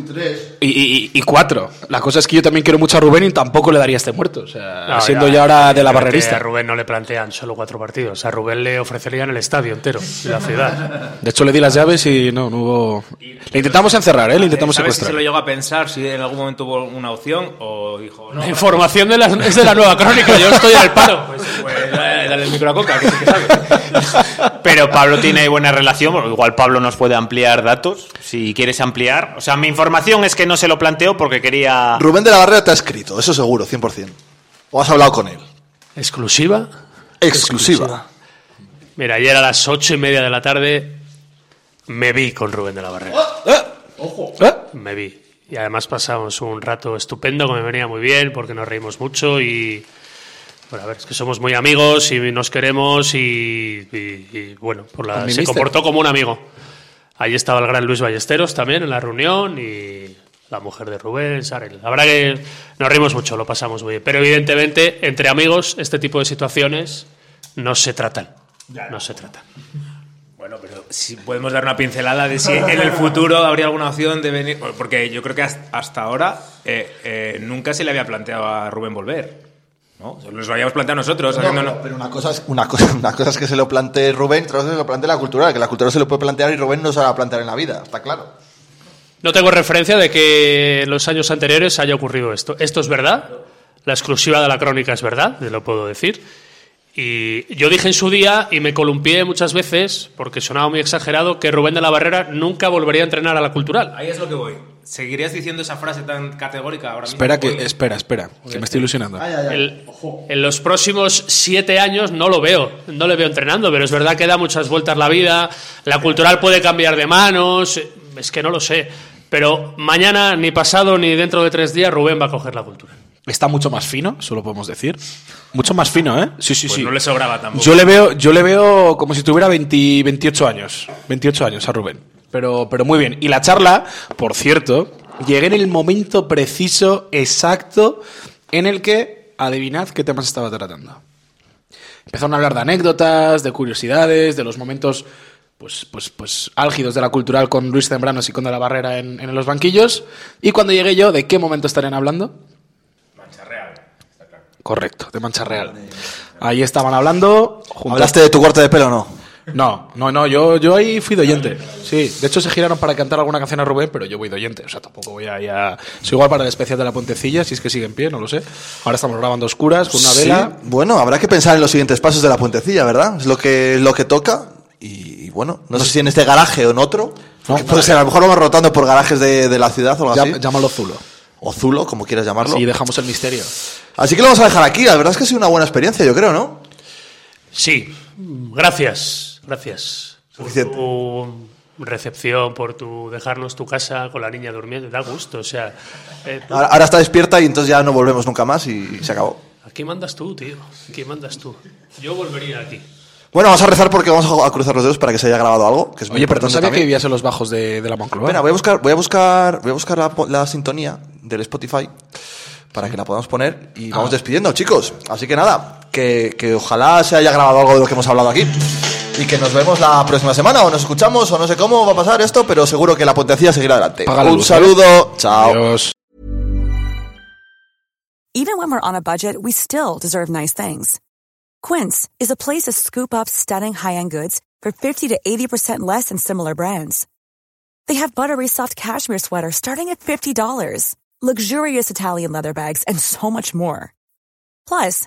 [SPEAKER 2] Y, y- y cuatro. La cosa es que yo también quiero mucho a Rubén y tampoco le daría a este muerto. O sea,
[SPEAKER 5] No,
[SPEAKER 2] siendo
[SPEAKER 5] ya,
[SPEAKER 2] ya ahora de la
[SPEAKER 5] Pero que A
[SPEAKER 2] barrerista.
[SPEAKER 5] Rubén no le plantean solo cuatro partidos. A Rubén le ofrecerían el estadio entero, y la ciudad.
[SPEAKER 2] De hecho, le di las llaves y no, no hubo. Le intentamos encerrar, ¿eh? Le intentamos
[SPEAKER 3] ¿Sabes si se
[SPEAKER 2] secuestrar.
[SPEAKER 3] lo llegó a pensar si en algún momento hubo una opción o dijo, no,
[SPEAKER 5] La información de la, es de la nueva crónica, yo estoy en el paro.
[SPEAKER 3] pues, pues, dale dale el micro a Coca, que sí que sabe.
[SPEAKER 4] Pero Pablo tiene buena relación, bueno, igual Pablo nos puede ampliar datos, si quieres ampliar. O sea, mi información es que no se lo planteo porque quería...
[SPEAKER 1] Rubén de la Barrera te ha escrito, eso seguro, 100%. O has hablado con él.
[SPEAKER 5] ¿Exclusiva?
[SPEAKER 1] Exclusiva.
[SPEAKER 5] Mira, ayer a las ocho y media de la tarde me vi con Rubén de la Barrera.
[SPEAKER 2] ¿Eh?
[SPEAKER 5] Me vi. Y además pasamos un rato estupendo, que me venía muy bien, porque nos reímos mucho y... Bueno, a ver, es que somos muy amigos y nos queremos y, y- y, bueno, por la-
[SPEAKER 2] Con mi
[SPEAKER 5] se
[SPEAKER 2] mister.
[SPEAKER 5] comportó como un amigo. Allí estaba el gran Luis Ballesteros también en la reunión y la mujer de Rubén, Sarel. La verdad que nos reímos mucho, lo pasamos muy bien. Pero evidentemente, entre amigos, este tipo de situaciones no se tratan. No se tratan.
[SPEAKER 3] Bueno, pero si podemos dar una pincelada de si en el futuro habría alguna opción de venir. Porque yo creo que has- hasta ahora eh, eh, nunca se le había planteado a Rubén volver. ¿no? Nos lo habíamos planteado nosotros.
[SPEAKER 1] No,
[SPEAKER 3] haciéndonos-
[SPEAKER 1] pero, pero una, cosa es, una, cosa, una cosa es que se lo plantee Rubén, otra cosa es que se lo plantee la cultura, que la cultura se lo puede plantear y Rubén no se la va a plantear en la vida, está claro.
[SPEAKER 5] No tengo referencia de que en los años anteriores haya ocurrido esto. Esto es verdad. La exclusiva de la crónica es verdad, te lo puedo decir. Y yo dije en su día, y me columpié muchas veces, porque sonaba muy exagerado, que Rubén de la Barrera nunca volvería a entrenar a la cultural.
[SPEAKER 3] Ahí es lo que voy. ¿Seguirías diciendo esa frase tan categórica ahora mismo?
[SPEAKER 2] Espera, que,
[SPEAKER 3] Voy.
[SPEAKER 2] espera, espera. Que me estoy ilusionando.
[SPEAKER 5] El- en los próximos siete años no lo veo, no le veo entrenando, pero es verdad que da muchas vueltas la vida, la cultural puede cambiar de manos, es que no lo sé. Pero mañana, ni pasado, ni dentro de tres días, Rubén va a coger la cultural.
[SPEAKER 2] Está mucho más fino, solo podemos decir. Mucho más fino, ¿eh? Sí, sí,
[SPEAKER 3] Pues
[SPEAKER 2] sí.
[SPEAKER 3] no le sobraba tampoco.
[SPEAKER 2] yo le veo, yo le veo como si tuviera 20 28 años, 28 años a Rubén. Pero, pero muy bien. Y la charla, por cierto, llegué en el momento preciso, exacto, en el que adivinad qué temas estaba tratando. Empezaron a hablar de anécdotas, de curiosidades, de los momentos pues, pues, pues álgidos de la cultural con Luis Zembranos y con De la Barrera en, en los banquillos. Y cuando llegué yo, ¿de qué momento estarían hablando? Correcto, de Mancha Real. Ahí estaban hablando. junto-
[SPEAKER 1] ¿Hablaste de tu corte de pelo o no?
[SPEAKER 2] No, no, no, yo, yo ahí fui de oyente. Sí, de hecho se giraron para cantar alguna canción a Rubén, pero yo voy de oyente. O sea, tampoco voy a. a... Soy igual para el especial de la Puentecilla, si es que sigue en pie, no lo sé. Ahora estamos grabando a oscuras con una vela.
[SPEAKER 1] Sí, bueno, habrá que pensar en los siguientes pasos de la puentecilla, ¿verdad? Es lo que, lo que toca. Y bueno, no, sé si en este garaje o en otro.
[SPEAKER 2] No,
[SPEAKER 1] Que puede ser, a lo mejor vamos rotando por garajes de, de la ciudad o algo
[SPEAKER 2] Llam-
[SPEAKER 1] así.
[SPEAKER 2] llámalo Zulo.
[SPEAKER 1] O Zulo, como quieras llamarlo.
[SPEAKER 2] Sí, dejamos el misterio.
[SPEAKER 1] Así que lo vamos a dejar aquí. La verdad es que ha sido una buena experiencia, yo creo, ¿no?
[SPEAKER 5] Sí, gracias, gracias.
[SPEAKER 1] Suficiente.
[SPEAKER 5] Por tu recepción, por tu dejarnos tu casa con la niña durmiendo, da gusto, o sea, eh, tú-
[SPEAKER 1] Ahora, ahora está despierta y entonces ya no volvemos nunca más y se acabó.
[SPEAKER 5] aquí mandas tú, tío, aquí mandas tú. Yo volvería aquí.
[SPEAKER 1] Bueno, vamos a rezar porque vamos a, a cruzar los dedos para que se haya grabado algo. Que es muy
[SPEAKER 2] Oye, pero no
[SPEAKER 1] importante
[SPEAKER 2] sabía que ¿eh?
[SPEAKER 1] también.
[SPEAKER 2] vivías en los bajos de, de la Moncloa.
[SPEAKER 1] Espera, voy a buscar, voy a buscar, voy a buscar la, po- la sintonía del Spotify para que la podamos poner y
[SPEAKER 2] Ah.
[SPEAKER 1] vamos despidiendo, chicos. Así que nada, que, que ojalá se haya grabado algo de lo que hemos hablado aquí. Y que nos vemos la próxima semana, o nos escuchamos, o no sé cómo va a pasar esto, pero seguro que la puentecilla seguirá adelante.
[SPEAKER 2] Apaga la
[SPEAKER 1] Un
[SPEAKER 2] luz, ¿eh?
[SPEAKER 1] saludo, chao.
[SPEAKER 2] Adiós.
[SPEAKER 7] Even when we're on a budget, we still deserve nice things. Quince is a place to scoop up stunning high-end goods for 50 to 80% less than similar brands. They have buttery soft cashmere sweaters starting at $50, luxurious Italian leather bags, and so much more. Plus,